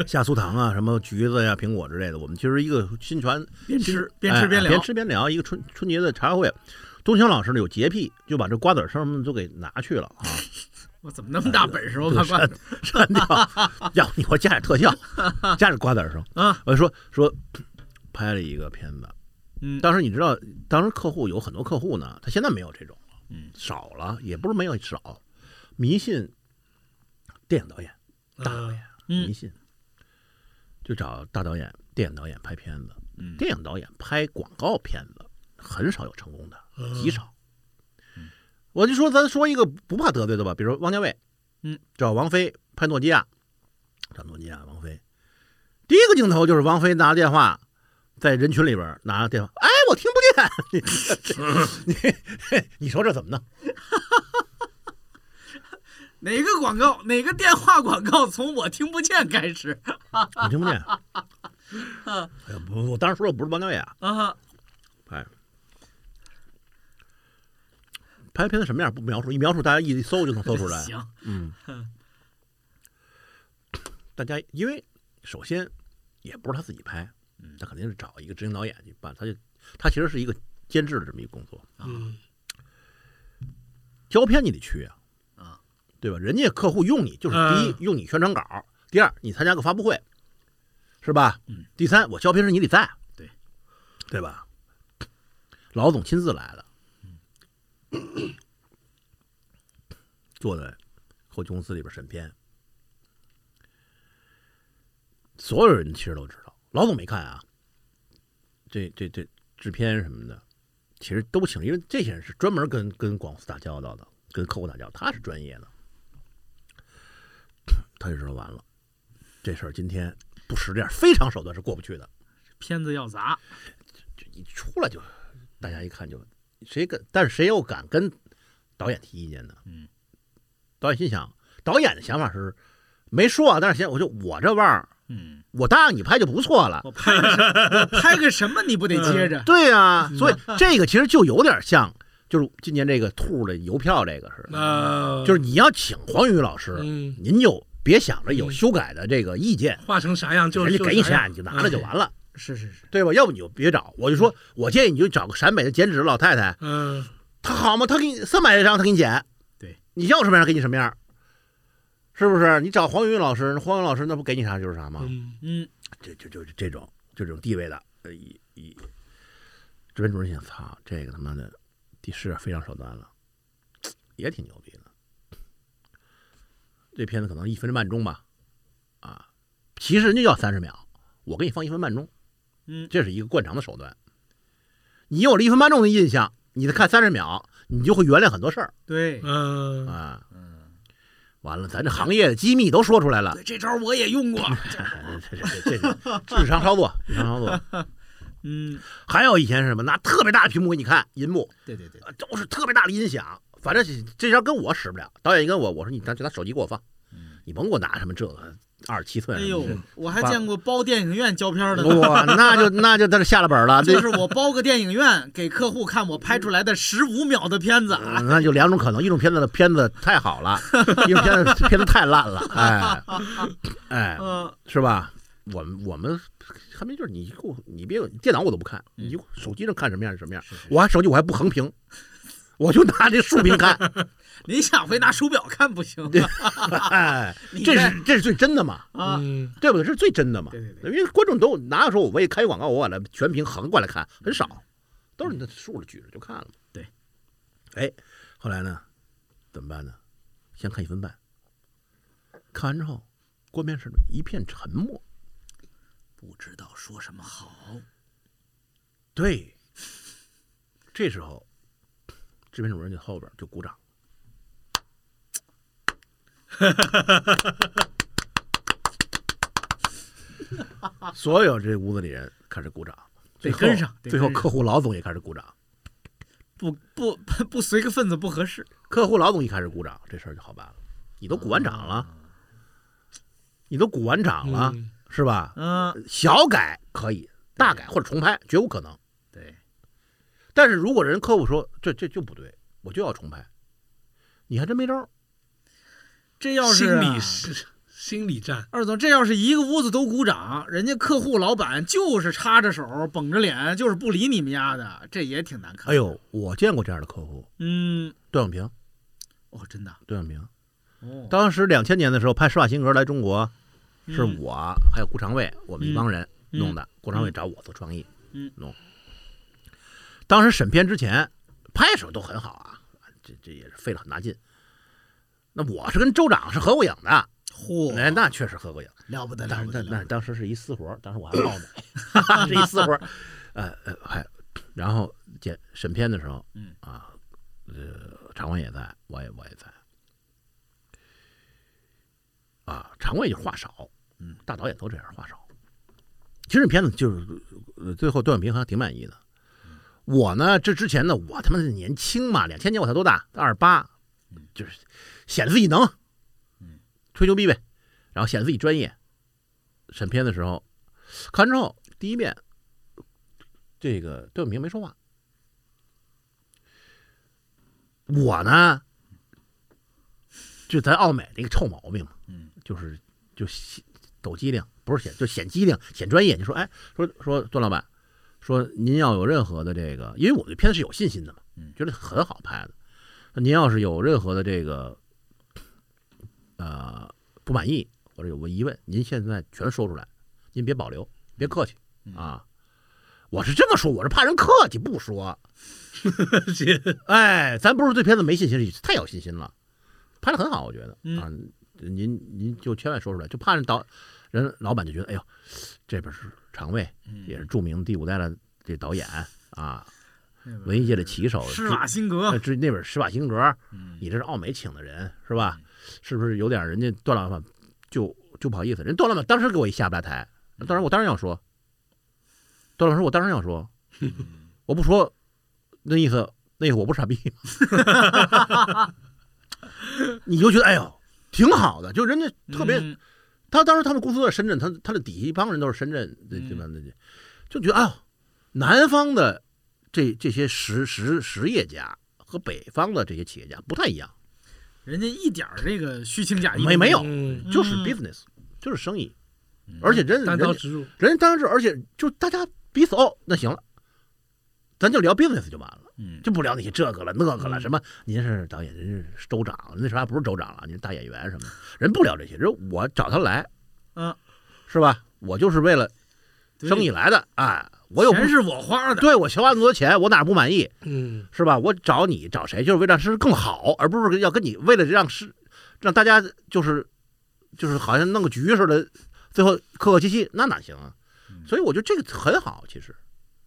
Speaker 3: 夏苏糖啊，什么橘子呀、苹果之类的。我们其实一个新传
Speaker 2: 边
Speaker 3: 新
Speaker 2: 吃边吃
Speaker 3: 哎
Speaker 2: 边聊
Speaker 3: 边吃边聊一个春春节的茶话会。东强老师呢有洁癖，就把这瓜子儿什么都给拿去了啊，
Speaker 2: 我怎么那么大本 事？我
Speaker 3: 就
Speaker 2: 把
Speaker 3: 删
Speaker 2: 瓜
Speaker 3: 删掉，要你给我加点 特效，加点瓜子儿声
Speaker 2: 啊！
Speaker 3: 我说说拍了一个片子，
Speaker 2: 嗯
Speaker 3: 当时你知道，当时客户有很多客户呢，他现在没有这种了，
Speaker 2: 嗯，
Speaker 3: 少了，也不是没有少，迷信电影导演，大导演，
Speaker 2: 嗯
Speaker 3: 迷信，就找大导演、电影导演拍片子，
Speaker 2: 嗯
Speaker 3: 电影导演拍广告片子很少有成功的，
Speaker 4: 呃
Speaker 3: 极少。我就说，咱说一个不怕得罪的吧，比如说汪家卫，
Speaker 2: 嗯，
Speaker 3: 找王菲拍诺基亚，找诺基亚王菲，第一个镜头就是王菲拿着电话，在人群里边拿着电话，哎，我听不见，你你你说这怎么弄？
Speaker 2: 哪个广告哪个电话广告从我听不见开始
Speaker 3: 我听不见。哎呀，不，我当时说的不是王家卫啊，
Speaker 2: 啊？
Speaker 3: 拍的片子什么样不描述，一描述大家一搜就能搜出来。
Speaker 2: 行，
Speaker 3: 嗯，大家因为首先也不是他自己拍，嗯他肯定是找一个执行导演去办，他就他其实是一个监制的这么一个工作，啊
Speaker 4: 嗯
Speaker 3: 胶片你得去啊，
Speaker 2: 啊，
Speaker 3: 对吧？人家客户用你就是第一、
Speaker 4: 嗯
Speaker 3: 用你宣传稿，第二你参加个发布会，是吧？
Speaker 2: 嗯、
Speaker 3: 第三我胶片是你得在，
Speaker 2: 对，
Speaker 3: 对吧？老总亲自来了，
Speaker 2: 嗯
Speaker 3: 坐在后期公司里边审片，所有人其实都知道，老总没看啊，这这这制片什么的，其实都请，因为这些人是专门跟跟广告公司打交道的，跟客户打交道，他是专业的。他就知道完了，这事儿今天不使点非常手段是过不去的。
Speaker 2: 片子要砸，
Speaker 3: 就一出来就，大家一看就谁敢，但是谁又敢跟导演提意见呢？
Speaker 2: 嗯，
Speaker 3: 导演心想，导演的想法是没说啊，但是想我就我这腕儿，
Speaker 2: 嗯，
Speaker 3: 我答应你拍就不错了。
Speaker 2: 我拍个什我拍个什么你不得接着？
Speaker 3: 对呀、所以
Speaker 4: 嗯
Speaker 3: 这个其实就有点像，就是今年这个兔的邮票这个似的，
Speaker 4: 那
Speaker 3: 就是你要请黄宇老师，
Speaker 4: 呃嗯，
Speaker 3: 您就别想着有修改的这个意见，
Speaker 4: 画成啥样就哎
Speaker 3: 人家给你
Speaker 4: 啥
Speaker 3: 啥你就拿
Speaker 4: 嗯
Speaker 3: 了就完了，
Speaker 2: 是是是，
Speaker 3: 对吧？要不你就别找，我就说，我建议你就找个陕北的剪纸老太太，
Speaker 4: 嗯，
Speaker 3: 她好吗？她给你三百张，她给你剪，
Speaker 2: 对
Speaker 3: 你要什么样给你什么样，是不是？你找黄云老师，黄云老师那不给你啥就是啥吗？
Speaker 4: 嗯
Speaker 2: 嗯，
Speaker 3: 这就就这种就这种地位的，呃，一一制片主任想，操，这个他妈的第是非常手段了，也挺牛逼的。这片子可能一分半钟吧，啊，其实人家要三十秒，我给你放一分半钟，
Speaker 2: 嗯
Speaker 3: 这是一个惯常的手段。你有了一分半钟的印象，你再看三十秒，你就会原谅很多事儿
Speaker 2: 对，
Speaker 4: 嗯，
Speaker 3: 啊。嗯，完了，咱这行业的机密都说出来了，
Speaker 2: 对这招我也用过，
Speaker 3: 这这这这是日常操作，日常操作。
Speaker 2: 嗯，
Speaker 3: 还有以前是什么，拿特别大的屏幕给你看，银幕
Speaker 2: 对对对，
Speaker 3: 呃都是特别大的音响，反正这这招跟我使不了。导演一跟我，我说你拿就拿手机给我放，你甭给我拿什么这个二十七寸
Speaker 2: 哎
Speaker 3: 什么
Speaker 2: 呦
Speaker 3: 的。，
Speaker 2: 我还见过包电影院胶片的呢。
Speaker 3: 哇，那就那就在这下了本了，这
Speaker 2: 哎 就是我包个电影院给客户看我拍出来的十五秒的片子，啊
Speaker 3: 嗯那就两种可能，一种片子的片子太好 了，一种片子片子太烂了，哎哎，
Speaker 2: 嗯，
Speaker 3: 是吧？我们我们还没就是你给我，你别电脑我都不看，
Speaker 2: 嗯
Speaker 3: 你就手机上看什么样就什么样
Speaker 2: 是是。
Speaker 3: 我还手机我还不横屏，我就拿这竖屏看，
Speaker 2: 你下回拿手表看不行
Speaker 3: 对哎，
Speaker 2: 你
Speaker 3: 这
Speaker 2: 这
Speaker 3: 是这是最真的嘛，
Speaker 2: 啊？
Speaker 4: 嗯
Speaker 3: 对不对？这是最真的嘛。
Speaker 2: 对对对，
Speaker 3: 因为观众都哪有说我为开广告我把它全屏横过来看，很少，都是那竖着举着就看了。
Speaker 2: 对，
Speaker 3: 哎，后来呢，怎么办呢？先看一分半，看完之后，观片室里一片沉默。
Speaker 2: 不知道说什么好，
Speaker 3: 对，这时候，制片主任就后边就鼓掌。所有这屋子里人开始鼓掌，
Speaker 2: 得
Speaker 3: 最后
Speaker 2: 跟上得
Speaker 3: 最后
Speaker 2: 跟上
Speaker 3: 客户老总也开始鼓掌，
Speaker 2: 不不不随个份子不合适。
Speaker 3: 客户老总一开始鼓掌，这事儿就好办了。你都鼓完掌了，
Speaker 2: 啊
Speaker 3: 你都鼓完掌了，
Speaker 4: 嗯
Speaker 3: 是吧？
Speaker 2: 嗯，
Speaker 3: 小改可以，大改或者重拍绝无可能。
Speaker 2: 对，
Speaker 3: 但是如果人客户说这这就不对，我就要重拍，你还真没招儿。
Speaker 2: 这要是
Speaker 4: 心
Speaker 2: 啊
Speaker 4: 理是心理战，
Speaker 2: 二总，这要是一个屋子都鼓掌，人家客户老板就是插着手、绷着脸，就是不理你们家的，这也挺难看。
Speaker 3: 哎，呦，我见过这样的客户，
Speaker 2: 嗯，
Speaker 3: 段永平，
Speaker 2: 哦，真的啊，
Speaker 3: 段永平，
Speaker 2: 哦，
Speaker 3: 当时两千年的时候拍《施瓦辛格来中国》，是
Speaker 2: 嗯
Speaker 3: 我、还有顾长卫，我们一帮人
Speaker 2: 嗯
Speaker 3: 弄的。顾长卫
Speaker 2: 嗯
Speaker 3: 找我做创意，
Speaker 2: 嗯，
Speaker 3: 弄。当时审片之前拍的时候都很好啊，这这也是费了很大劲。那我是跟州长是合过影的，
Speaker 2: 嚯，
Speaker 3: 那那确实合过影。
Speaker 2: 了不得，了
Speaker 3: 但
Speaker 2: 不
Speaker 3: 是
Speaker 2: 得，
Speaker 3: 那
Speaker 2: 了不
Speaker 3: 那
Speaker 2: 得
Speaker 3: 当时是一私活儿，当时我还冒呢，是一私活儿，呃呃还，然后检审片的时候，
Speaker 2: 嗯
Speaker 3: 啊，呃，常委也在，我也我也在，啊，常委就话少，嗯，大导演都这样话少。其实这片子就是，呃，最后段永平还挺满意的。我呢，这之前呢，我他妈是年轻嘛，两千年我才多大，二十八，就是显得自己能，吹牛逼呗，然后显得自己专业。审片的时候，看完之后第一遍，这个段永平没说话。我呢，就咱奥美的一个臭毛病嘛，
Speaker 2: 嗯，
Speaker 3: 就是就显抖机灵，不是显就显机灵，显专业。你说，哎，说说段老板，说您要有任何的这个，因为我对片子是有信心的嘛，
Speaker 2: 嗯
Speaker 3: 觉得很好拍的。那您要是有任何的这个，呃，不满意或者有问疑问，您现在全说出来，您别保留，别客气
Speaker 2: 嗯
Speaker 3: 啊。我是这么说，我是怕人客气 不说。
Speaker 4: 姐
Speaker 3: 哎，咱不是对片子没信心，是太有信心了，拍的很好，我觉得、
Speaker 2: 嗯
Speaker 3: 啊。您您就千万说出来，就怕人导人老板就觉得，哎呦，这边是常卫，
Speaker 2: 嗯
Speaker 3: 也是著名第五代的这导演啊，
Speaker 2: 那个
Speaker 3: 文艺界的旗手，
Speaker 2: 施瓦辛格
Speaker 3: 呃，，这那本施瓦辛格，
Speaker 2: 啊嗯
Speaker 3: 你这是奥美请的人是吧？是不是有点人家段老板就就不好意思？人段老板当时给我一下不来台，
Speaker 2: 嗯
Speaker 3: 当然我当然要说，段老板说我当然要说，
Speaker 2: 嗯
Speaker 3: 我不说那意思那意思我不是 傻逼，你就觉得哎呦挺好的，就人家特别、
Speaker 2: 嗯
Speaker 3: 他当时他们公司都在深圳，他他的底一帮人都是深圳这
Speaker 2: 嗯
Speaker 3: 这帮的，就觉得啊、南方的这这些实实实业家和北方的这些企业家不太一样，
Speaker 2: 人家一点儿这个虚情假意
Speaker 3: 没没有
Speaker 4: 嗯，
Speaker 3: 就是
Speaker 2: 嗯
Speaker 3: business，、就是生意，而且人
Speaker 4: 单
Speaker 3: 人
Speaker 4: 刀
Speaker 3: 家
Speaker 4: 直入，
Speaker 3: 人家当时而且就大家彼此哦，那行了，咱就聊 business 就完了。
Speaker 2: 嗯
Speaker 3: 就不聊那些这个了那个了，什么您是导演，您是州长，那啥不是州长了，您是大演员什么的，人不聊这些，人我找他来，
Speaker 2: 嗯，
Speaker 3: 是吧？我就是为了
Speaker 2: 对
Speaker 3: 生意来的，哎，我有不
Speaker 2: 钱是我花的，
Speaker 3: 对我花那么多钱，我哪儿不满意
Speaker 4: 嗯，
Speaker 3: 是吧？我找你找谁，就是为了让事更好，而不是要跟你为了让事让大家就是就是好像弄个局似的，最后客客气气，那哪行啊？所以我觉得这个很好，其实，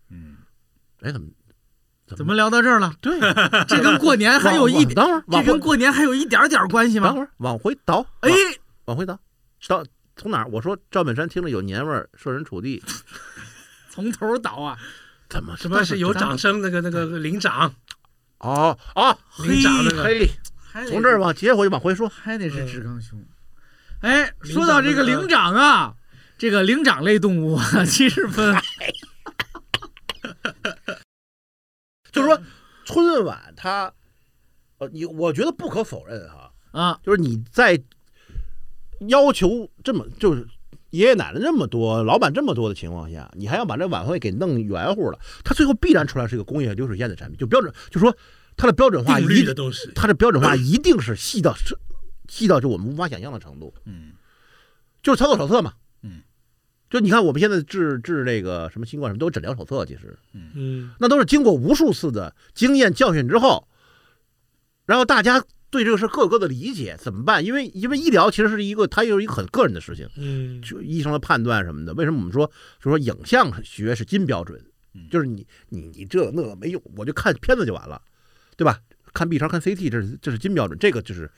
Speaker 2: 嗯，
Speaker 3: 哎，怎么怎
Speaker 2: 怎么聊到这儿了？
Speaker 3: 对？
Speaker 2: 这跟过年还有一
Speaker 3: 往往
Speaker 2: 点，
Speaker 3: 等会儿，
Speaker 2: 这
Speaker 3: 往
Speaker 2: 跟
Speaker 3: 回
Speaker 2: 过年还有一点点关系
Speaker 3: 等
Speaker 2: 吗？
Speaker 3: 会儿往回倒，
Speaker 2: 哎，
Speaker 3: 往回倒，倒从哪儿？我说赵本山听着有年味儿，设身处 地，
Speaker 2: 从头倒啊，
Speaker 3: 怎么
Speaker 4: 什么是有掌声那个那个领长
Speaker 3: 哦哦，
Speaker 4: 领长那个
Speaker 3: 嘿，
Speaker 2: 还得
Speaker 3: 从这儿往接回去往回说，
Speaker 2: 还得是
Speaker 4: 嗯
Speaker 2: 志刚兄。哎，
Speaker 4: 灵
Speaker 2: 说到
Speaker 4: 长
Speaker 2: 这个
Speaker 4: 这个
Speaker 2: 灵长啊，这个灵长类动物啊， 其实分
Speaker 3: 就是
Speaker 4: 嗯
Speaker 3: 说春晚它，呃，你我觉得不可否认哈、
Speaker 2: 啊，
Speaker 3: 就是你在要求这么就是爷爷奶奶这么多、老板这么多的情况下，你还要把这晚会给弄圆乎了，它最后必然出来是一个工业流水线的产品，就标准，就说它的标准化
Speaker 4: 定律
Speaker 3: 一
Speaker 4: 的
Speaker 3: 定，
Speaker 4: 东西，
Speaker 3: 它的标准化一定是细到是细到就我们无法想象的程度，
Speaker 2: 嗯
Speaker 3: 就是操作手册嘛，
Speaker 2: 嗯，
Speaker 3: 就你看我们现在治治这个什么新冠什么都有诊疗手册，其实，
Speaker 4: 嗯，
Speaker 3: 那都是经过无数次的经验教训之后，然后大家对这个事各有各的理解，怎么办？因为因为医疗其实是一个它有一个很个人的事情，
Speaker 4: 嗯，
Speaker 3: 就医生的判断什么的。为什么我们说就说影像学是金标准
Speaker 2: 嗯？
Speaker 3: 就是你你你这那个没用，我就看片子就完了，对吧？看 B 超看 CT 这是这是金标准，这个就是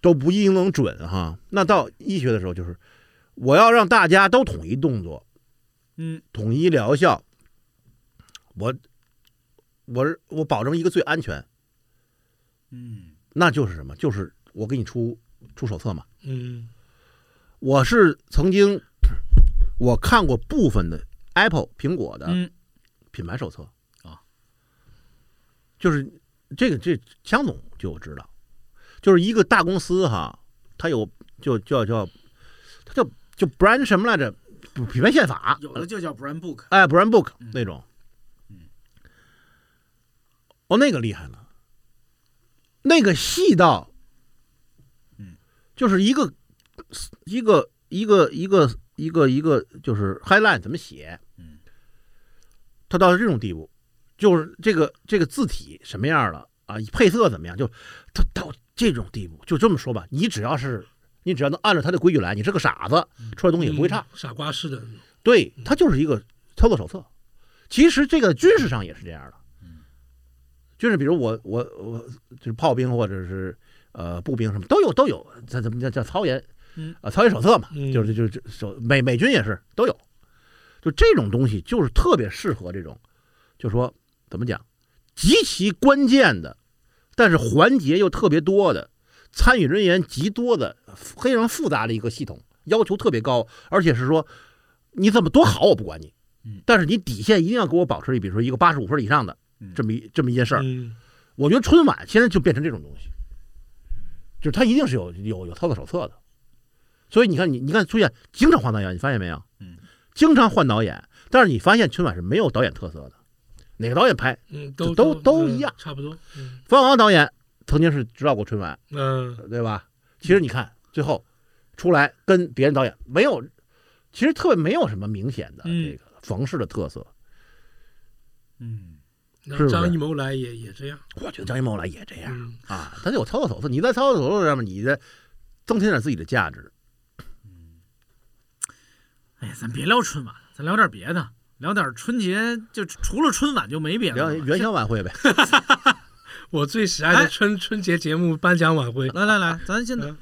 Speaker 3: 都不一定能准哈。那到医学的时候，就是我要让大家都统一动作，
Speaker 2: 嗯
Speaker 3: 统一疗效，我我是我保证一个最安全，
Speaker 2: 嗯
Speaker 3: 那就是什么？就是我给你出出手册嘛。
Speaker 4: 嗯，
Speaker 3: 我是曾经我看过部分的 Apple 苹果的
Speaker 2: 嗯
Speaker 3: 品牌手册
Speaker 2: 啊，
Speaker 3: 就是这个这江总就知道，就是一个大公司哈，它有就叫叫，它叫就 brand 什么来着？品牌宪法，
Speaker 2: 有的就叫 brand book，
Speaker 3: 哎，brand book 那种。
Speaker 2: 嗯
Speaker 3: 哦，那个厉害了，那个细到，
Speaker 2: 嗯，
Speaker 3: 就是一个一个一个一个一个一个就是 highlight 怎么写，
Speaker 2: 嗯，
Speaker 3: 它到了这种地步，就是这个这个字体什么样了啊，配色怎么样，就它到这种地步，就这么说吧，你只要是你只要能按照它的规矩来，你是个傻子，出来东西也不会差。
Speaker 4: 嗯傻瓜式的，
Speaker 3: 对，它就是一个操作手册。其实这个军事上也是这样的，就是比如我我我就是炮兵或者是呃步兵什么都有都有，这怎么叫叫操演
Speaker 2: 嗯？
Speaker 3: 啊，操演手册嘛，
Speaker 4: 嗯
Speaker 3: 就是就是就手美美军也是都有，就这种东西就是特别适合这种，就说怎么讲，极其关键的，但是环节又特别多的，参与人员极多的，非常复杂的一个系统，要求特别高，而且是说你怎么多好我不管你
Speaker 2: 嗯，
Speaker 3: 但是你底线一定要给我保持，比如说一个八十五分以上的
Speaker 2: 嗯
Speaker 3: 这么一这么一件事儿。
Speaker 4: 嗯，
Speaker 3: 我觉得春晚现在就变成这种东西，就是它一定是有有有操作手册的。所以你看，你你看出现经常换导演，你发现没有？
Speaker 2: 嗯，
Speaker 3: 经常换导演，但是你发现春晚是没有导演特色的，哪个导演拍？
Speaker 4: 嗯，都
Speaker 3: 都都
Speaker 4: 嗯
Speaker 3: 一样
Speaker 4: 差不多。嗯
Speaker 3: 方王导演曾经是指导过春晚，
Speaker 4: 嗯，
Speaker 3: 对吧？其实你看最后出来跟别人导演没有，其实特别没有什么明显的
Speaker 4: 嗯
Speaker 3: 这个冯氏的特色。
Speaker 2: 嗯，
Speaker 4: 然
Speaker 3: 是不是
Speaker 4: 后张艺谋来也也这样，
Speaker 3: 我觉得张艺谋来也这样。
Speaker 4: 嗯，
Speaker 3: 啊，它有操作手册，你在操作手册上面，你再增添点自己的价值。
Speaker 4: 嗯
Speaker 2: 哎呀，咱别聊春晚了，咱聊点别的，聊点春节，就除了春晚就没别的
Speaker 3: 聊
Speaker 2: 了。
Speaker 3: 元宵晚会呗，
Speaker 4: 我最喜爱
Speaker 2: 哎
Speaker 4: 的春春节节目颁奖晚会，
Speaker 2: 来来来，咱现在
Speaker 4: 嗯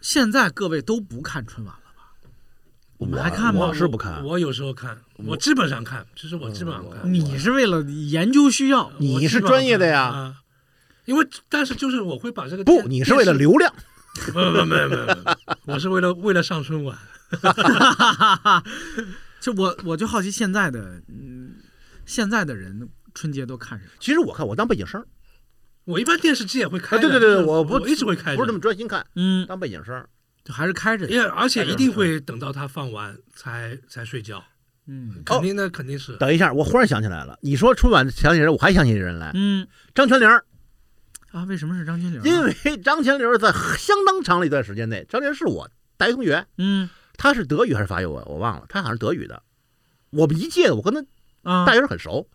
Speaker 2: 现在各位都不看春晚了吧？
Speaker 3: 我
Speaker 2: 你们还看吗
Speaker 3: 我是不看，
Speaker 4: 我有时候看，我基本上看，其实我基本上看。
Speaker 2: 你是为了研究需要，我
Speaker 3: 你
Speaker 2: 基
Speaker 3: 是
Speaker 2: 本上
Speaker 3: 专业的呀，
Speaker 4: 啊，因为但是就是我会把这个
Speaker 3: 不，
Speaker 4: 电
Speaker 3: 你是为了
Speaker 4: 电视
Speaker 3: 流量。
Speaker 4: 不不不不不不，我是为了为了上春晚。
Speaker 2: 就我我就好奇现在的，嗯，现在的人春节都看什么？
Speaker 3: 其实我看我当背景声，
Speaker 4: 我一般电视机也会开
Speaker 3: 啊，
Speaker 4: 着，
Speaker 3: 对对
Speaker 4: 就
Speaker 3: 对，
Speaker 4: 是
Speaker 3: 我
Speaker 4: 我
Speaker 3: 不
Speaker 4: 一直会开着，
Speaker 3: 不是这么专心看，
Speaker 2: 嗯，
Speaker 3: 当背景声。
Speaker 2: 就还是开着的。
Speaker 4: 因为而且一定会等到它放完才才睡觉，
Speaker 3: 哦
Speaker 2: 嗯
Speaker 4: 肯定那肯定 是。
Speaker 3: 等一下，我忽然想起来了，你说春晚想起人，我还想起一人来，
Speaker 2: 嗯
Speaker 3: 张泉灵儿，
Speaker 2: 啊，为什么是张金玲？
Speaker 4: 嗯
Speaker 3: 因为张泉灵儿在相当长的一段时间内，张泉灵儿是我大学同学，
Speaker 2: 嗯
Speaker 3: 他是德语还是法语，我我忘了，他好像是德语的。我们一届的，我跟他
Speaker 2: 啊
Speaker 3: 大，学时很熟，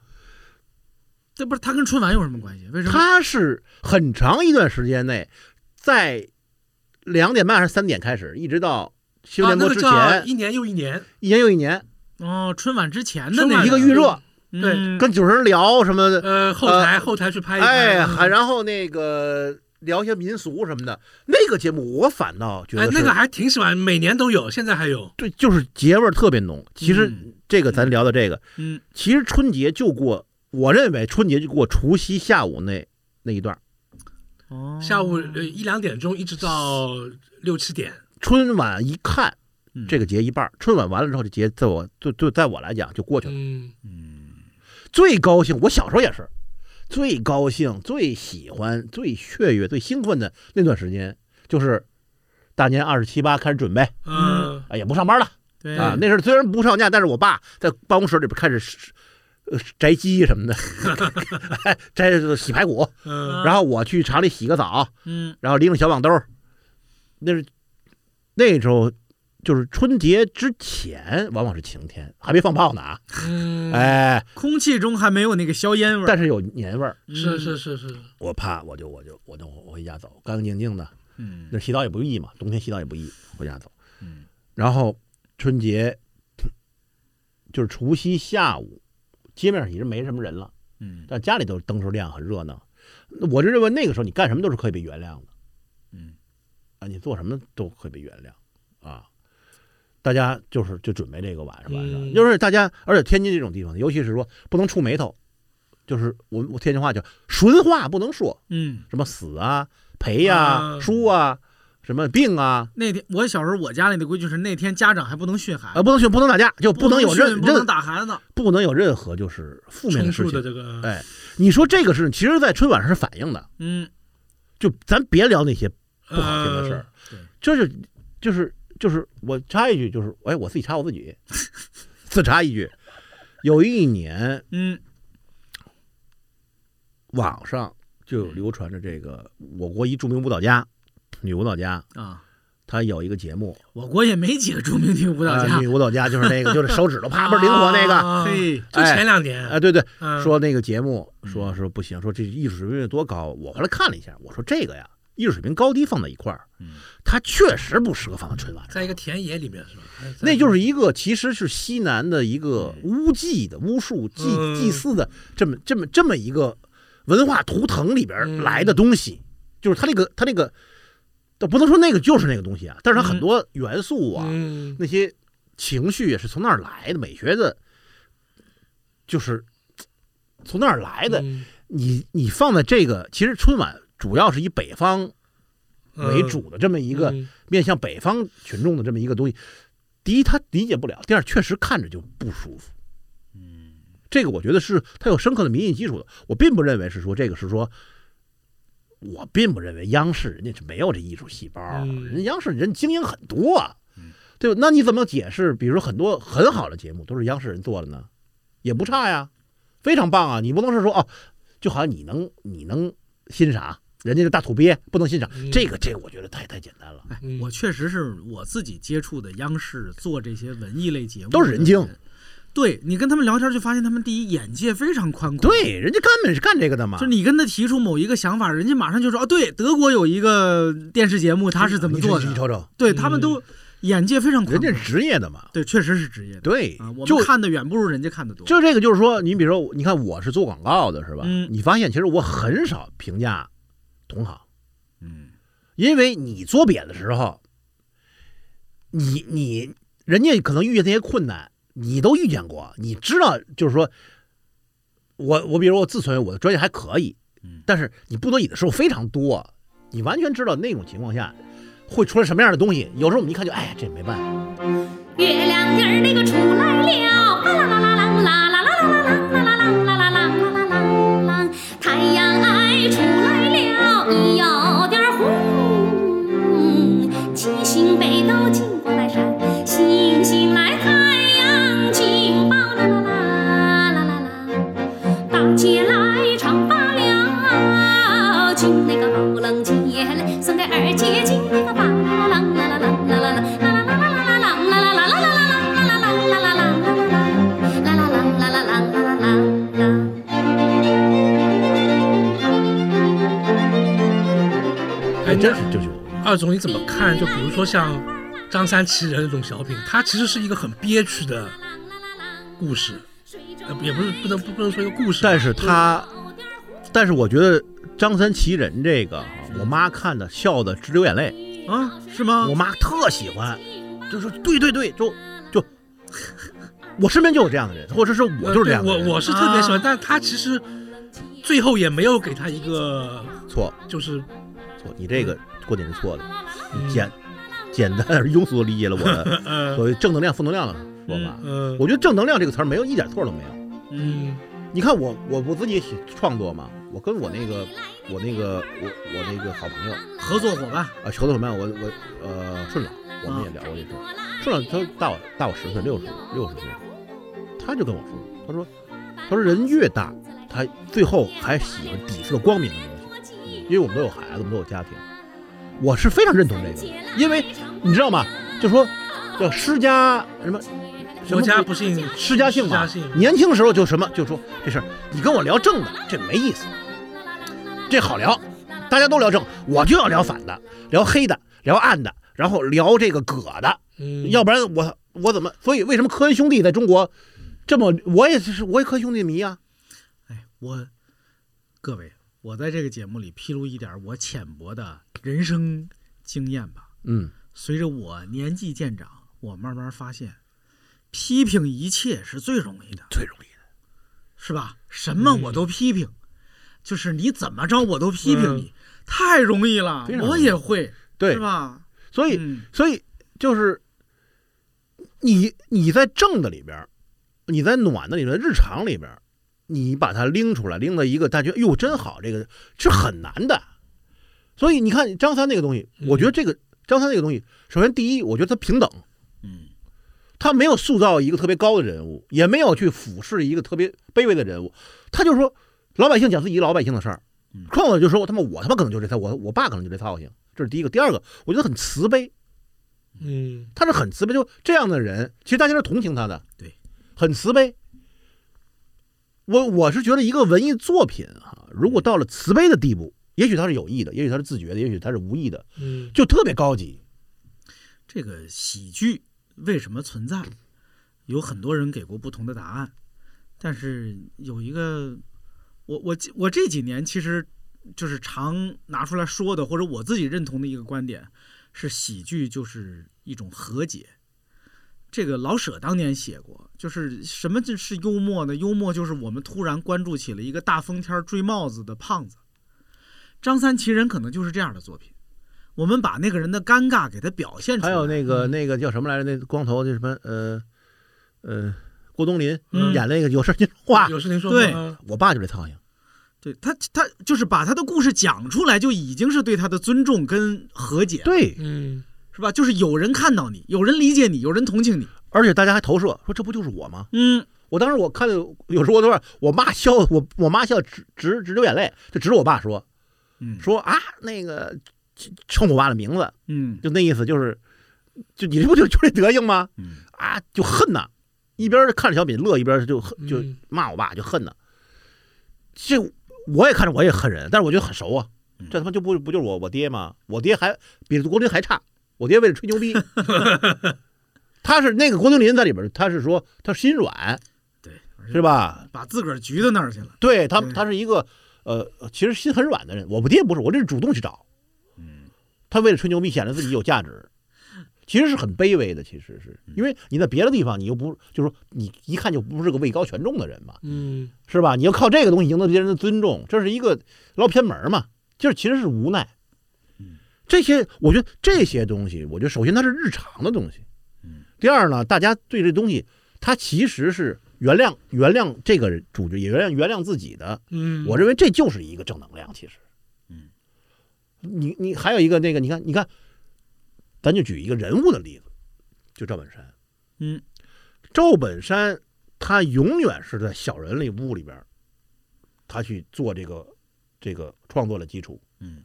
Speaker 2: 这不是他跟春晚有什么关系？为什么？
Speaker 3: 他是很长一段时间内，在两点半还是三点开始，一直到新
Speaker 4: 啊
Speaker 3: 闻，
Speaker 4: 那
Speaker 3: 联播
Speaker 4: 个
Speaker 3: 之
Speaker 4: 叫
Speaker 3: 前，
Speaker 4: 一年又一年，
Speaker 3: 一年又一年，
Speaker 2: 哦，春晚之前的
Speaker 4: 春
Speaker 2: 那
Speaker 4: 晚
Speaker 3: 一个预热，
Speaker 2: 嗯
Speaker 4: 对
Speaker 3: 跟主持人聊什么的，
Speaker 4: 呃，后台后台去拍一
Speaker 3: 哎，
Speaker 4: 拍，
Speaker 3: 还然后那个聊一些民俗什么的。那个节目我反倒觉
Speaker 4: 哎
Speaker 3: 得是
Speaker 4: 那个还挺喜欢，每年都有，现在还有。
Speaker 3: 对，就是节味儿特别浓。其实
Speaker 2: 嗯
Speaker 3: 这个咱聊到这个，
Speaker 2: 嗯
Speaker 3: 其实春节就过，我认为春节就过除夕下午那那一段儿，
Speaker 2: 哦，
Speaker 4: 下午
Speaker 3: 嗯
Speaker 4: 呃一两点钟一直到六七点，
Speaker 3: 春晚一看。
Speaker 2: 嗯
Speaker 3: 这个节一半儿，春晚完了之后，这节在我对对，在我来讲就过去了。
Speaker 4: 嗯，
Speaker 3: 最高兴，我小时候也是，最高兴、最喜欢、最雀跃、最兴奋的那段时间，就是大年二十七八开始准备，
Speaker 4: 呃，
Speaker 3: 啊，也不上班了
Speaker 2: 对
Speaker 3: 啊。那时候虽然不上假，但是我爸在办公室里边开始。呃，摘鸡什么的， 哎摘洗排骨，
Speaker 4: 嗯，
Speaker 3: 然后我去厂里洗个澡，
Speaker 2: 啊嗯
Speaker 3: 然后拎着小网兜儿，那是那时候就是春节之前，往往是晴天，还没放炮呢啊，
Speaker 4: 嗯，
Speaker 3: 哎，
Speaker 2: 空气中还没有那个硝烟味儿，
Speaker 3: 但是有年味儿。
Speaker 2: 嗯
Speaker 4: 是是是是，
Speaker 3: 我怕，我就我就我就我回家走，干干净净的。
Speaker 2: 嗯
Speaker 3: 那洗澡也不易嘛，冬天洗澡也不易，回家走。
Speaker 2: 嗯
Speaker 3: 然后春节就是除夕下午，街面上已经没什么人了，
Speaker 2: 嗯
Speaker 3: 但家里都灯是亮，很热闹。我就认为那个时候你干什么都是可以被原谅的
Speaker 2: 嗯
Speaker 3: 啊，你做什么都可以被原谅啊。大家就是就准备这个晚上晚上，
Speaker 4: 嗯
Speaker 3: 就是大家，而且天津这种地方，尤其是说不能触眉头，就是我我天津话叫纯话不能说，
Speaker 2: 嗯。
Speaker 3: 什么死啊、赔呀、
Speaker 4: 啊
Speaker 3: 输啊、什么病啊，
Speaker 2: 那天我小时候，我家里的规矩是那天家长还不能训孩
Speaker 3: 呃，
Speaker 2: 子，
Speaker 3: 不能训，不能打架，就不能有任
Speaker 2: 训，不能
Speaker 3: 任
Speaker 2: 打孩子。
Speaker 3: 不能有任何就是负面
Speaker 4: 充
Speaker 3: 的事
Speaker 4: 数的
Speaker 3: 情。
Speaker 4: 这个，
Speaker 3: 哎，你说这个事情，其实，在春晚上是反映的，
Speaker 2: 嗯
Speaker 3: 就咱别聊那些不好听的事
Speaker 4: 呃
Speaker 3: 儿，就是就是就是我插一句，就是哎，我自己插我自己， 自插一句，有一年
Speaker 2: 嗯
Speaker 3: 网上就流传着这个我国一著名舞蹈家，女舞蹈家，
Speaker 2: 啊，
Speaker 3: 她有一个节目，
Speaker 2: 我国也没几个著名女舞蹈
Speaker 3: 啊
Speaker 2: 家
Speaker 3: 女，舞蹈家就是那个就是手指头啪啪灵活那个，
Speaker 4: 啊
Speaker 2: 嘿
Speaker 4: 就前两年，
Speaker 3: 哎，对对，
Speaker 4: 嗯
Speaker 3: 说那个节目说说不行，说这艺术水平有多高，我后来看了一下，我说这个呀，艺术水平高低放在一块儿，它确实不适合放在春晚上。
Speaker 4: 嗯在一个田野里面是吧？哎
Speaker 3: 那就是一个其实是西南的一个巫祭的巫术祭
Speaker 4: 嗯
Speaker 3: 祭祀的这么这么这么一个文化图腾里
Speaker 4: 嗯
Speaker 3: 边来的东西，就是它那个它那个，倒不能说那个就是那个东西啊，但是它很多元素啊，
Speaker 4: 嗯
Speaker 3: 那些情绪也是从那儿来的，美学的，就是从那儿来的。
Speaker 4: 嗯
Speaker 3: 你你放在这个，其实春晚主要是以北方
Speaker 4: 嗯
Speaker 3: 为主的这么一个
Speaker 4: 嗯
Speaker 3: 面向北方群众的这么一个东西。第一，他理解不了；第二，确实看着就不舒服。嗯，这个我觉得是它有深刻的民意基础的。我并不认为是说这个是说，我并不认为央视人家是没有这艺术细胞，啊
Speaker 4: 嗯
Speaker 3: 人家央视人精英很多啊，对吧？那你怎么解释？比如说很多很好的节目都是央视人做的呢，也不差呀，非常棒啊！你不能是说哦，就好像你能你能欣赏人家的大土鳖，不能欣赏、
Speaker 4: 嗯
Speaker 3: 这个，这个我觉得太太简单了。
Speaker 2: 哎
Speaker 4: 嗯，
Speaker 2: 我确实是我自己接触的央视做这些文艺类节目
Speaker 3: 都是人精
Speaker 2: 的。对你跟他们聊天，就发现他们第一眼界非常宽广。，
Speaker 3: 对，人家根本是干这个的嘛。
Speaker 2: 就是你跟他提出某一个想法，人家马上就说：“哦，对，德国有一个电视节目，他是怎么
Speaker 3: 你
Speaker 2: 做
Speaker 3: 你你
Speaker 2: 的
Speaker 3: 瞅瞅，？”
Speaker 2: 对他们都眼界非常宽
Speaker 3: 嗯人
Speaker 2: 广。
Speaker 3: 家是职业的嘛。
Speaker 2: 对，确实是职业的。
Speaker 3: 对
Speaker 2: 啊，我，
Speaker 3: 就
Speaker 2: 们看的远不如人家看的多。
Speaker 3: 就这个，就是说，你比如说，你看我是做广告的，是吧？
Speaker 2: 嗯
Speaker 3: 你发现其实我很少评价同行，
Speaker 2: 嗯，
Speaker 3: 因为你做瘪的时候，你你人家可能遇见那些困难，你都遇见过，你知道，就是说，我我比如我自存我的专业还可以，但是你不得已的时候非常多，你完全知道那种情况下会出来什么样的东西。有时候我们一看就，哎，这没办法，
Speaker 1: 月亮儿那个出来了，啦啦啦啦啦啦啦啦啦啦啦啦啦啦啦啦啦啦啦，太阳哎出来了，一有点红，七星北斗金光来闪，星星来太阳金宝啦啦啦啦啦啦，大姐来唱罢了，进那个宝楞街来，送给二姐进那个宝啦啦啦啦啦啦啦啦啦啦啦。
Speaker 4: 哎，
Speaker 3: 真
Speaker 4: 那
Speaker 3: 是就是
Speaker 4: 二总你怎么看？就比如说像张三奇人那种小品，它其实是一个很憋屈的故事，呃，也不是不能不不能说一个故事吧，
Speaker 3: 但是他，但是我觉得张三奇人这个，
Speaker 4: 嗯
Speaker 3: 我妈看的笑的直流眼泪，
Speaker 2: 啊，是吗？
Speaker 3: 我妈特喜欢，就说对对对，就就，我身边就有这样的人，或者是我
Speaker 4: 呃
Speaker 3: 就是这
Speaker 4: 对
Speaker 3: 样的
Speaker 4: 我
Speaker 3: 人，
Speaker 4: 我是特别喜欢，
Speaker 2: 啊
Speaker 4: 但他其实最后也没有给他一个
Speaker 3: 错
Speaker 4: 就是
Speaker 3: 错，你这个观点是错的，
Speaker 4: 嗯
Speaker 3: 你简简单而庸俗的理解了我 的
Speaker 4: 呃
Speaker 3: 所谓正能量、负能量的说法。
Speaker 2: 嗯
Speaker 4: 呃
Speaker 3: 我觉得正能量这个词儿没有一点错都没有。
Speaker 4: 嗯
Speaker 3: 你看我我我自己写创作嘛，我跟我那个我那个我我那个好朋友
Speaker 2: 合作伙伴，
Speaker 3: 啊，小的什么呀？我我呃顺老，我们也聊过这事儿。顺老他大我大我十岁，六十六十岁，他就跟我说，他说他说人越大，他最后还喜欢底色光明的东西，因为我们都有孩子，我们都有家庭。我是非常认同这个的，因为你知道吗？就说叫施加什么什
Speaker 4: 国
Speaker 3: 么
Speaker 4: 家
Speaker 3: 不
Speaker 4: 不信
Speaker 3: 施加性嘛
Speaker 4: 施加性，
Speaker 3: 年轻的时候就什么就说这事儿，你跟我聊正的，这没意思，这好聊，大家都聊正，我就要聊反的，聊黑的，聊暗的，然后聊这个葛的，
Speaker 4: 嗯
Speaker 3: 要不然我我怎么？所以为什么科恩兄弟在中国这么？我也是我也科恩兄弟迷啊，
Speaker 2: 哎，我各位，我在这个节目里披露一点我浅薄的人生经验吧。
Speaker 3: 嗯，
Speaker 2: 随着我年纪渐长，我慢慢发现，批评一切是最容易的，
Speaker 3: 最容易的，
Speaker 2: 是吧？什么我都批评，就是你怎么着我都批评你，太容易了
Speaker 3: 嗯非常，容易
Speaker 2: 我也会，
Speaker 3: 对
Speaker 2: 是，吧？
Speaker 3: 所以
Speaker 2: 嗯
Speaker 3: 所以就是你你在正的里边儿，你在暖的里边儿，日常里边儿，你把它拎出来，拎到一个大家觉得哟真好，这个是很难的。所以你看张三那个东西，我觉得这个张三那个东西，首先第一，我觉得他平等，
Speaker 2: 嗯，
Speaker 3: 他没有塑造一个特别高的人物，也没有去俯视一个特别卑微的人物，他就说老百姓讲自己老百姓的事儿
Speaker 2: 嗯，
Speaker 3: 创造者就说他妈我他妈可能就这套，我我爸可能就这套性，这是第一个。第二个，我觉得很慈悲，
Speaker 4: 嗯
Speaker 3: 他是很慈悲，就这样的人，其实大家是同情他的，
Speaker 2: 对，
Speaker 3: 很慈悲。我我是觉得一个文艺作品哈、如果到了慈悲的地步，也许他是有意的，也许他是自觉的，也许他是无意的，
Speaker 4: 嗯
Speaker 3: 就特别高级。
Speaker 2: 这个喜剧为什么存在？有很多人给过不同的答案，但是有一个，我我我这几年其实就是常拿出来说的，或者我自己认同的一个观点是，喜剧就是一种和解。这个老舍当年写过，就是什么就是幽默呢？幽默就是我们突然关注起了一个大风天儿追帽子的胖子。张三其人可能就是这样的作品，我们把那个人的尴尬给他表现出
Speaker 3: 还
Speaker 2: 来。
Speaker 3: 有那个那个叫什么来着？那光头那什么呃呃郭冬临
Speaker 2: 嗯
Speaker 3: 演那个有事儿您话，
Speaker 4: 有事情说吗
Speaker 2: 对
Speaker 4: 啊
Speaker 3: 我爸就这操性。
Speaker 2: 对他，他就是把他的故事讲出来，就已经是对他的尊重跟和解，
Speaker 3: 对，
Speaker 4: 嗯
Speaker 2: 是吧？就是有人看到你，有人理解你，有人同情你。
Speaker 3: 而且大家还投射说这不就是我吗？
Speaker 2: 嗯，
Speaker 3: 我当时我看有时候我都是我妈笑我我妈笑直直直流眼泪，就指着我爸说
Speaker 2: 嗯
Speaker 3: 说啊那个称我爸的名字，
Speaker 2: 嗯
Speaker 3: 就那意思就是就你这不就就这德行吗？
Speaker 2: 嗯，
Speaker 3: 啊就恨呐，一边看着小品乐，一边就恨就
Speaker 4: 嗯
Speaker 3: 骂我爸就恨呐。这我也看着我也恨人，但是我觉得很熟啊
Speaker 2: 嗯，
Speaker 3: 这他妈就不不就是我我爹吗？我爹还比郭冬临还差，我爹为了吹 牛逼，他是那个郭冬临在里边，他是说他心软
Speaker 2: 对，
Speaker 3: 是吧？
Speaker 2: 把自个儿局到那儿去了。
Speaker 3: 对他
Speaker 2: 对
Speaker 3: 他是一个呃其实心很软的人，我爹不是，我这是主动去找，
Speaker 2: 嗯，
Speaker 3: 他为了吹牛逼显得自己有价值。其实是很卑微的，其实是
Speaker 2: 嗯
Speaker 3: 因为你在别的地方，你又不就是说你一看就不是个位高权重的人嘛，
Speaker 4: 嗯
Speaker 3: 是吧？你要靠这个东西赢得别人的尊重，这是一个捞偏门儿嘛，就是其实是无奈
Speaker 2: 嗯。
Speaker 3: 这些我觉得这些东西，我觉得首先它是日常的东西
Speaker 2: 嗯，
Speaker 3: 第二呢，大家对这东西，它其实是原谅原谅这个人主角，也原谅原谅自己的。
Speaker 4: 嗯，
Speaker 3: 我认为这就是一个正能量，其实。
Speaker 2: 嗯，
Speaker 3: 你你还有一个那个，你看你看，咱就举一个人物的例子，就赵本山。
Speaker 2: 嗯，
Speaker 3: 赵本山他永远是在小人里屋里边儿，他去做这个这个创作的基础。
Speaker 2: 嗯，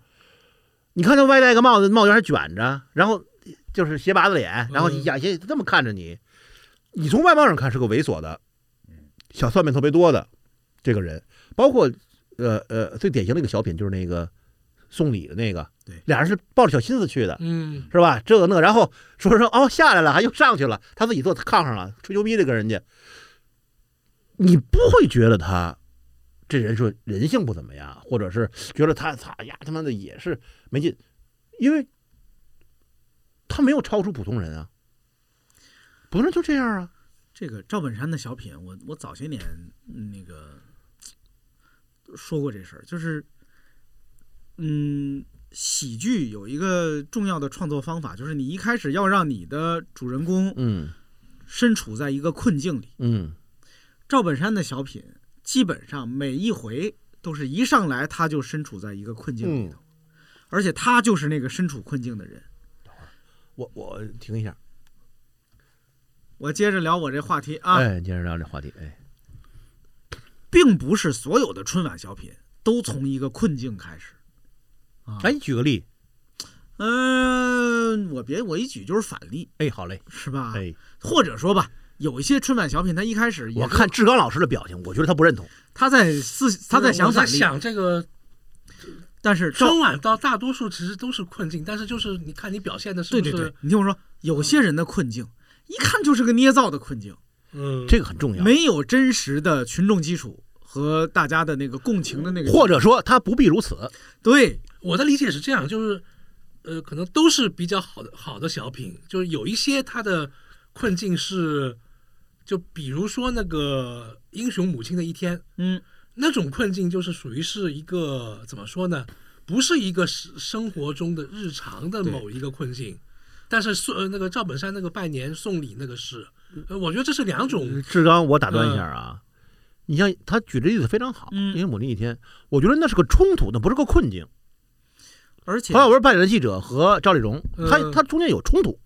Speaker 3: 你看他歪戴个帽子，帽檐儿卷着，然后就是斜拔子脸，然后
Speaker 4: 嗯
Speaker 3: 眼睛这么看着你，你从外貌上看是个猥琐的，
Speaker 2: 嗯
Speaker 3: 小算命特别多的这个人，包括呃呃最典型的一个小品就是那个送礼的那个，
Speaker 2: 对
Speaker 3: 俩人是抱着小心思去的，
Speaker 4: 嗯
Speaker 3: 是吧？这个那个，然后说说哦，下来了，还又上去了，他自己坐炕上了，吹牛逼的跟人家，你不会觉得他这人说人性不怎么样，或者是觉得他操呀他妈的也是没劲，因为他没有超出普通人啊，普通人就这样啊，
Speaker 2: 这个赵本山的小品，我我早些年嗯那个说过这事儿，就是嗯，喜剧有一个重要的创作方法，就是你一开始要让你的主人公
Speaker 3: 嗯
Speaker 2: 身处在一个困境里。
Speaker 3: 嗯
Speaker 2: 赵本山的小品基本上每一回都是一上来他就身处在一个困境
Speaker 3: 嗯
Speaker 2: 里头，而且他就是那个身处困境的人。
Speaker 3: 我我停一下，
Speaker 2: 我接着聊我这话题啊，
Speaker 3: 哎，接着聊这话题，哎，
Speaker 2: 并不是所有的春晚小品都从一个困境开始。
Speaker 3: 哎，你举个例，
Speaker 2: 嗯、我别我一举就是反例，
Speaker 3: 哎，好嘞，
Speaker 2: 是吧？
Speaker 3: 哎，
Speaker 2: 或者说吧，有一些春晚小品，他一开始也
Speaker 3: 我看志刚老师的表情，我觉得他不认同，
Speaker 2: 他在思他在想
Speaker 4: 我在
Speaker 2: 反例，
Speaker 4: 想这个
Speaker 2: 但是赵
Speaker 4: 春晚到大多数其实都是困境，但是就是你看你表现的是
Speaker 2: 对
Speaker 4: 不
Speaker 2: 对对
Speaker 4: 是，
Speaker 2: 你听我说，有些人的困境一看就是个捏造的困境。
Speaker 4: 嗯
Speaker 3: 这个很重要。
Speaker 2: 没有真实的群众基础和大家的那个共情的那个，
Speaker 3: 或者说他不必如此，
Speaker 2: 对，
Speaker 4: 我的理解是这样，就是，呃，可能都是比较好的好的小品，就是有一些它的困境是，就比如说那个《英雄母亲的一天》
Speaker 2: 嗯
Speaker 4: 那种困境，就是属于是一个怎么说呢？不是一个生生活中的日常的
Speaker 2: 对
Speaker 4: 某一个困境，但是送呃那个赵本山那个拜年送礼那个是，
Speaker 2: 嗯
Speaker 4: 呃，我觉得这是两种，
Speaker 3: 志刚，我打断一下啊，你像他举的例子非常好，
Speaker 2: 嗯
Speaker 3: 因为我那一天，我觉得那是个冲突，那不是个困境。
Speaker 2: 而且
Speaker 3: 彭小文扮演的记者和赵丽蓉，他
Speaker 4: 嗯
Speaker 3: 他中间有冲突，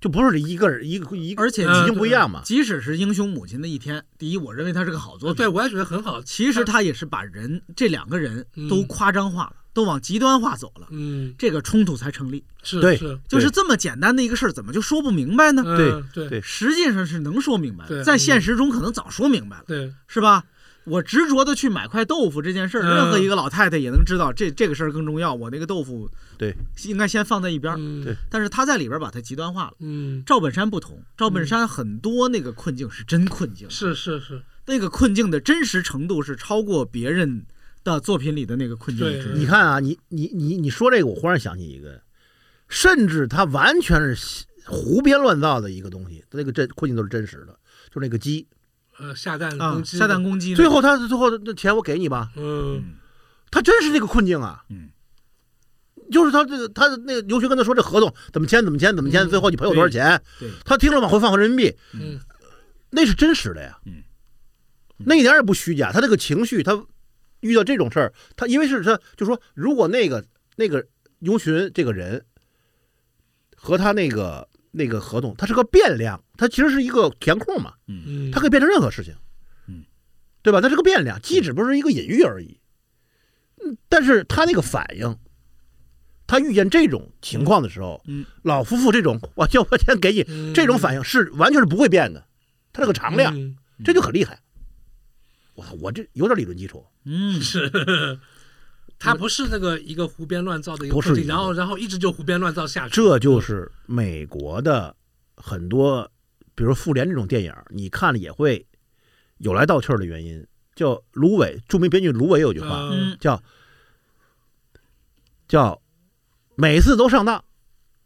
Speaker 3: 就不是一个人一个一个，
Speaker 2: 而且
Speaker 3: 已
Speaker 4: 嗯
Speaker 3: 经不一样嘛。
Speaker 2: 即使是《英雄母亲的一天》，第一，我认为它是个好作品
Speaker 4: 对，，我也觉得很好。
Speaker 2: 其实他也是把人这两个人都
Speaker 4: 嗯
Speaker 2: 夸张化了，都往极端化走了，
Speaker 4: 嗯，
Speaker 2: 这个冲突才成立。
Speaker 4: 是
Speaker 3: 对
Speaker 4: 是，
Speaker 2: 就是这么简单的一个事儿，怎么就说不明白呢？
Speaker 4: 嗯对
Speaker 3: 对
Speaker 2: 实际上是能说明白的，
Speaker 4: 对嗯
Speaker 2: 在现实中可能早说明白了，
Speaker 4: 对
Speaker 2: 是吧？我执着的去买块豆腐这件事儿，
Speaker 4: 嗯
Speaker 2: 任何一个老太太也能知道这这个事儿更重要。我那个豆腐
Speaker 3: 对
Speaker 2: 应该先放在一边儿，
Speaker 4: 嗯
Speaker 3: 对
Speaker 2: 但是他在里边儿把它极端化了。
Speaker 4: 嗯
Speaker 2: 赵本山不同，赵本山很多那个困境是真困境，
Speaker 4: 是是是，
Speaker 2: 那个困境的真实程度是超过别人的作品里的那个困境的
Speaker 4: 对
Speaker 2: 程度。
Speaker 3: 你看啊，你你你你说这个，我忽然想起一个，甚至他完全是胡编乱造的一个东西，他那个真困境都是真实的，就是那个鸡，
Speaker 4: 呃，下蛋
Speaker 2: 啊
Speaker 4: 攻，击
Speaker 2: 下
Speaker 4: 的
Speaker 2: 蛋，攻击呢，
Speaker 3: 最后他最后那钱我给你吧，
Speaker 4: 嗯
Speaker 3: 他真是那个困境啊，
Speaker 2: 嗯，
Speaker 3: 就是他这个他那个刘学跟他说这合同怎么签怎么签怎么签，
Speaker 4: 嗯
Speaker 3: 最后你赔我多少钱，
Speaker 2: 对对
Speaker 3: 他听了往回放回人民币，
Speaker 4: 嗯，
Speaker 3: 那是真实的呀，
Speaker 2: 嗯，
Speaker 3: 那一点儿也不虚假，他这个情绪，他遇到这种事儿，他因为是他就说，如果那个那个尤群这个人和他那个那个合同，它是个变量，它其实是一个填空嘛，
Speaker 4: 嗯，
Speaker 3: 它可以变成任何事情，
Speaker 2: 嗯，
Speaker 3: 对吧？它是个变量，既只不过是一个隐喻而已，嗯，但是他那个反应。他遇见这种情况的时候，
Speaker 2: 嗯，
Speaker 3: 老夫妇这种我就我先给你
Speaker 4: 嗯
Speaker 3: 这种反应是完全是不会变的，它是个常量，
Speaker 4: 嗯
Speaker 3: 这就很厉害。我操，我这有点理论基础，
Speaker 2: 嗯，
Speaker 4: 是。他不是那个一个胡编乱造的一
Speaker 3: 嗯
Speaker 4: 个
Speaker 3: 不是
Speaker 4: 困境
Speaker 3: 一个
Speaker 4: 然后然后一直就胡编乱造下去，
Speaker 3: 这就是美国的很多，比如复联这种电影，你看了也会有来道气儿的原因。叫芦苇，著名编剧芦苇有句话
Speaker 4: 嗯
Speaker 3: 叫叫每次都上当，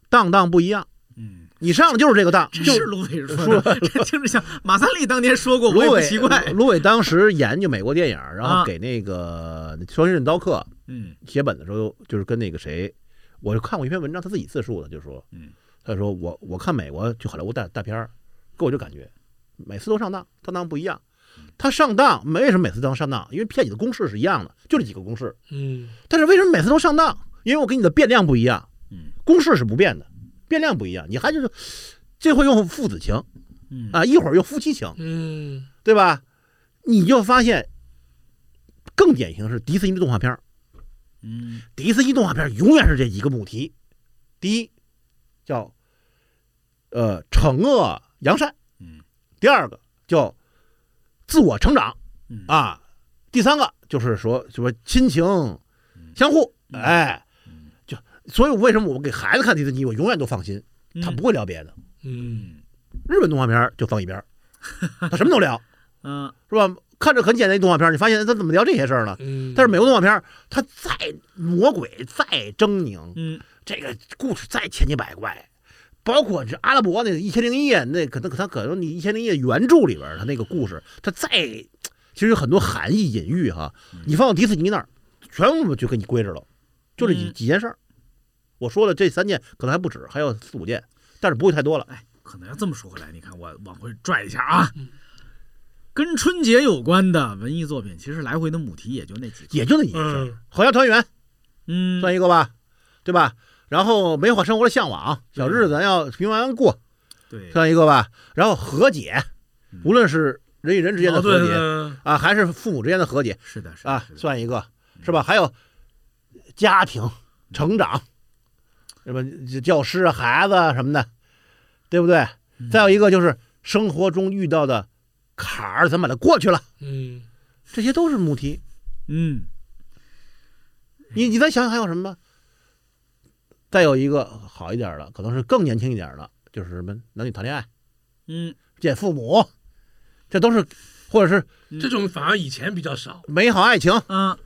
Speaker 3: 当当不一样，
Speaker 2: 嗯，
Speaker 3: 你上的就是这个当，
Speaker 2: 这
Speaker 3: 就是
Speaker 2: 芦苇说的，这听着像马三立当年说过，我也
Speaker 3: 芦
Speaker 2: 不
Speaker 3: 苇
Speaker 2: 奇怪。
Speaker 3: 芦苇当时研究美国电影，然
Speaker 2: 啊
Speaker 3: 后给那个《双刃刀客》
Speaker 2: 嗯
Speaker 3: 写本的时候，就是跟那个谁，我就看过一篇文章，他自己自述的，就说，
Speaker 2: 嗯，
Speaker 3: 他说我我看美国就好莱坞大大片儿，给我就感觉每次都上当，上当不一样。他上当，没为什么每次都上当？因为骗你的公式是一样的，就这几个公式。
Speaker 4: 嗯
Speaker 3: 但是为什么每次都上当？因为我给你的变量不一样，
Speaker 2: 嗯
Speaker 3: 公式是不变的，变量不一样。你还就是这会用父子情
Speaker 2: 嗯
Speaker 3: 啊，一会儿用夫妻情，
Speaker 4: 嗯
Speaker 3: 对吧？你就发现，更典型是迪士尼的动画片儿。
Speaker 2: 嗯
Speaker 3: 迪士尼动画片永远是这一个母题，第一叫呃惩恶扬善，
Speaker 2: 嗯，
Speaker 3: 第二个叫自我成长，
Speaker 2: 嗯
Speaker 3: 啊，第三个就是说什么亲情相互，
Speaker 2: 嗯
Speaker 3: 哎
Speaker 2: 嗯，
Speaker 3: 就所以为什么我给孩子看迪士尼，我永远都放心，
Speaker 2: 嗯
Speaker 3: 他不会聊别的。
Speaker 4: 嗯
Speaker 2: 嗯
Speaker 3: 日本动画片就放一边儿，他什么 都聊，
Speaker 2: 嗯
Speaker 3: 是吧？看着很简单一动画片，你发现他怎么聊这些事儿呢？
Speaker 4: 嗯，
Speaker 3: 但是美国动画片，它再魔鬼再狰狞，
Speaker 2: 嗯
Speaker 3: 这个故事再千奇百怪，包括这阿拉伯那一千零一夜，那可能可他可能你一千零一夜原著里边儿他那个故事，它再其实有很多含义隐喻哈，
Speaker 2: 嗯
Speaker 3: 你放到迪士尼那儿，全部就给你归着了，就这几
Speaker 2: 嗯
Speaker 3: 几件事儿。我说了这三件可能还不止，还有四五件，但是不会太多了。
Speaker 2: 哎，可能要这么说回来，你看我往回拽一下啊。跟春节有关的文艺作品，其实来回的母题也就那几个。
Speaker 3: 也就那几件事儿，
Speaker 4: 嗯
Speaker 3: 合家团圆
Speaker 2: 嗯，
Speaker 3: 算一个吧，对吧？然后美好生活的向往，小日子咱要平平安安过，
Speaker 2: 对，
Speaker 3: 算一个吧。然后和解，
Speaker 2: 嗯
Speaker 3: 无论是人与人之间
Speaker 2: 哦
Speaker 3: 的
Speaker 4: 矛
Speaker 3: 和
Speaker 4: 盾
Speaker 3: 解
Speaker 4: 呢
Speaker 3: 啊，还是父母之间的和解
Speaker 2: 是的，是的
Speaker 3: 啊
Speaker 2: 是，的嗯
Speaker 3: 算一个，是吧？还有家庭成长，什么教师啊、孩子啊什么的，对不对？
Speaker 2: 嗯
Speaker 3: 再有一个就是生活中遇到的坎儿，咱把它过去了，
Speaker 4: 嗯
Speaker 3: 这些都是母题。
Speaker 2: 嗯
Speaker 3: 你你再想想还有什么吧？再有一个好一点儿的，可能是更年轻一点儿的，就是什么男女谈恋爱。
Speaker 2: 嗯
Speaker 3: 见父母，这都是或者是
Speaker 4: 嗯这种反而以前比较少，
Speaker 3: 美好爱情，
Speaker 2: 啊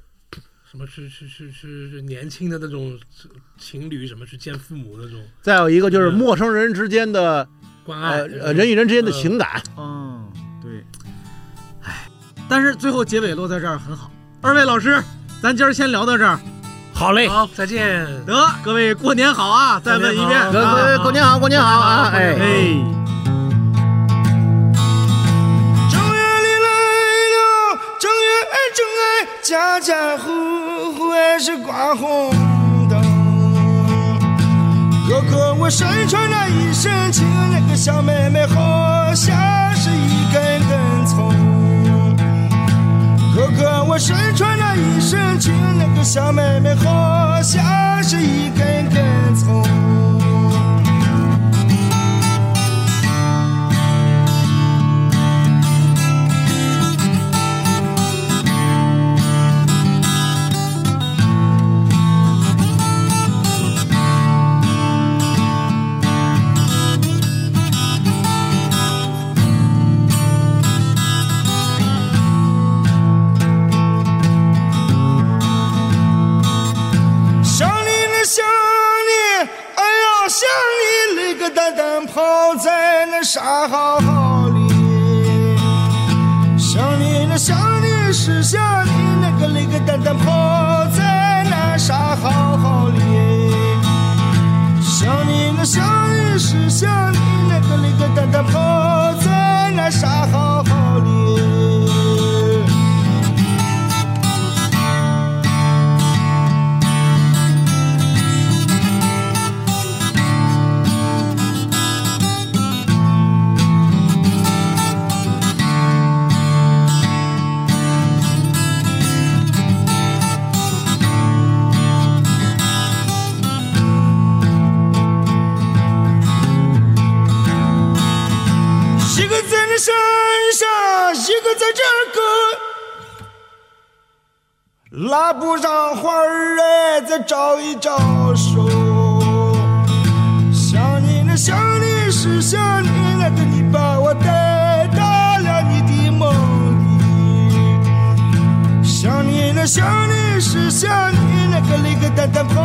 Speaker 4: 什么去去去去年轻的那种情侣，什么去见父母那种
Speaker 3: 再有一个就是
Speaker 4: 嗯
Speaker 3: 陌生人之间的
Speaker 4: 关
Speaker 3: 呃
Speaker 4: 爱，
Speaker 3: 呃人与人之间的情感。
Speaker 2: 嗯，对，哎，但是最后结尾落在这儿很好。二位老师，咱今儿先聊到这儿。
Speaker 3: 好嘞，
Speaker 4: 好，再见。
Speaker 2: 得，各位过年好啊！再问一遍
Speaker 4: 过
Speaker 3: 各
Speaker 4: 年好
Speaker 2: 啊
Speaker 3: 位过年好，过年好啊！哎。
Speaker 2: 哎。
Speaker 6: 正月里来了，正月二正哎，家家户户也是挂红灯。哥哥，我身穿那一身轻，那个小妹妹好像是一根根葱。哥哥，我身穿那一身轻，那个小妹妹好像是一根根葱。想你了，想你，哎呀，想你那个蛋蛋泡在那沙壕壕里。想你了，想你是想你那个那个蛋蛋泡在那沙壕壕里。想你了，想你是想你那个那个蛋蛋泡在那沙壕壕里。一个在那山上，一个在这个，拉不上花儿哎，再招一招手。想你那想你是想你那个，你把我带到了你的梦里。想你那想你是想你那个那个蛋蛋泡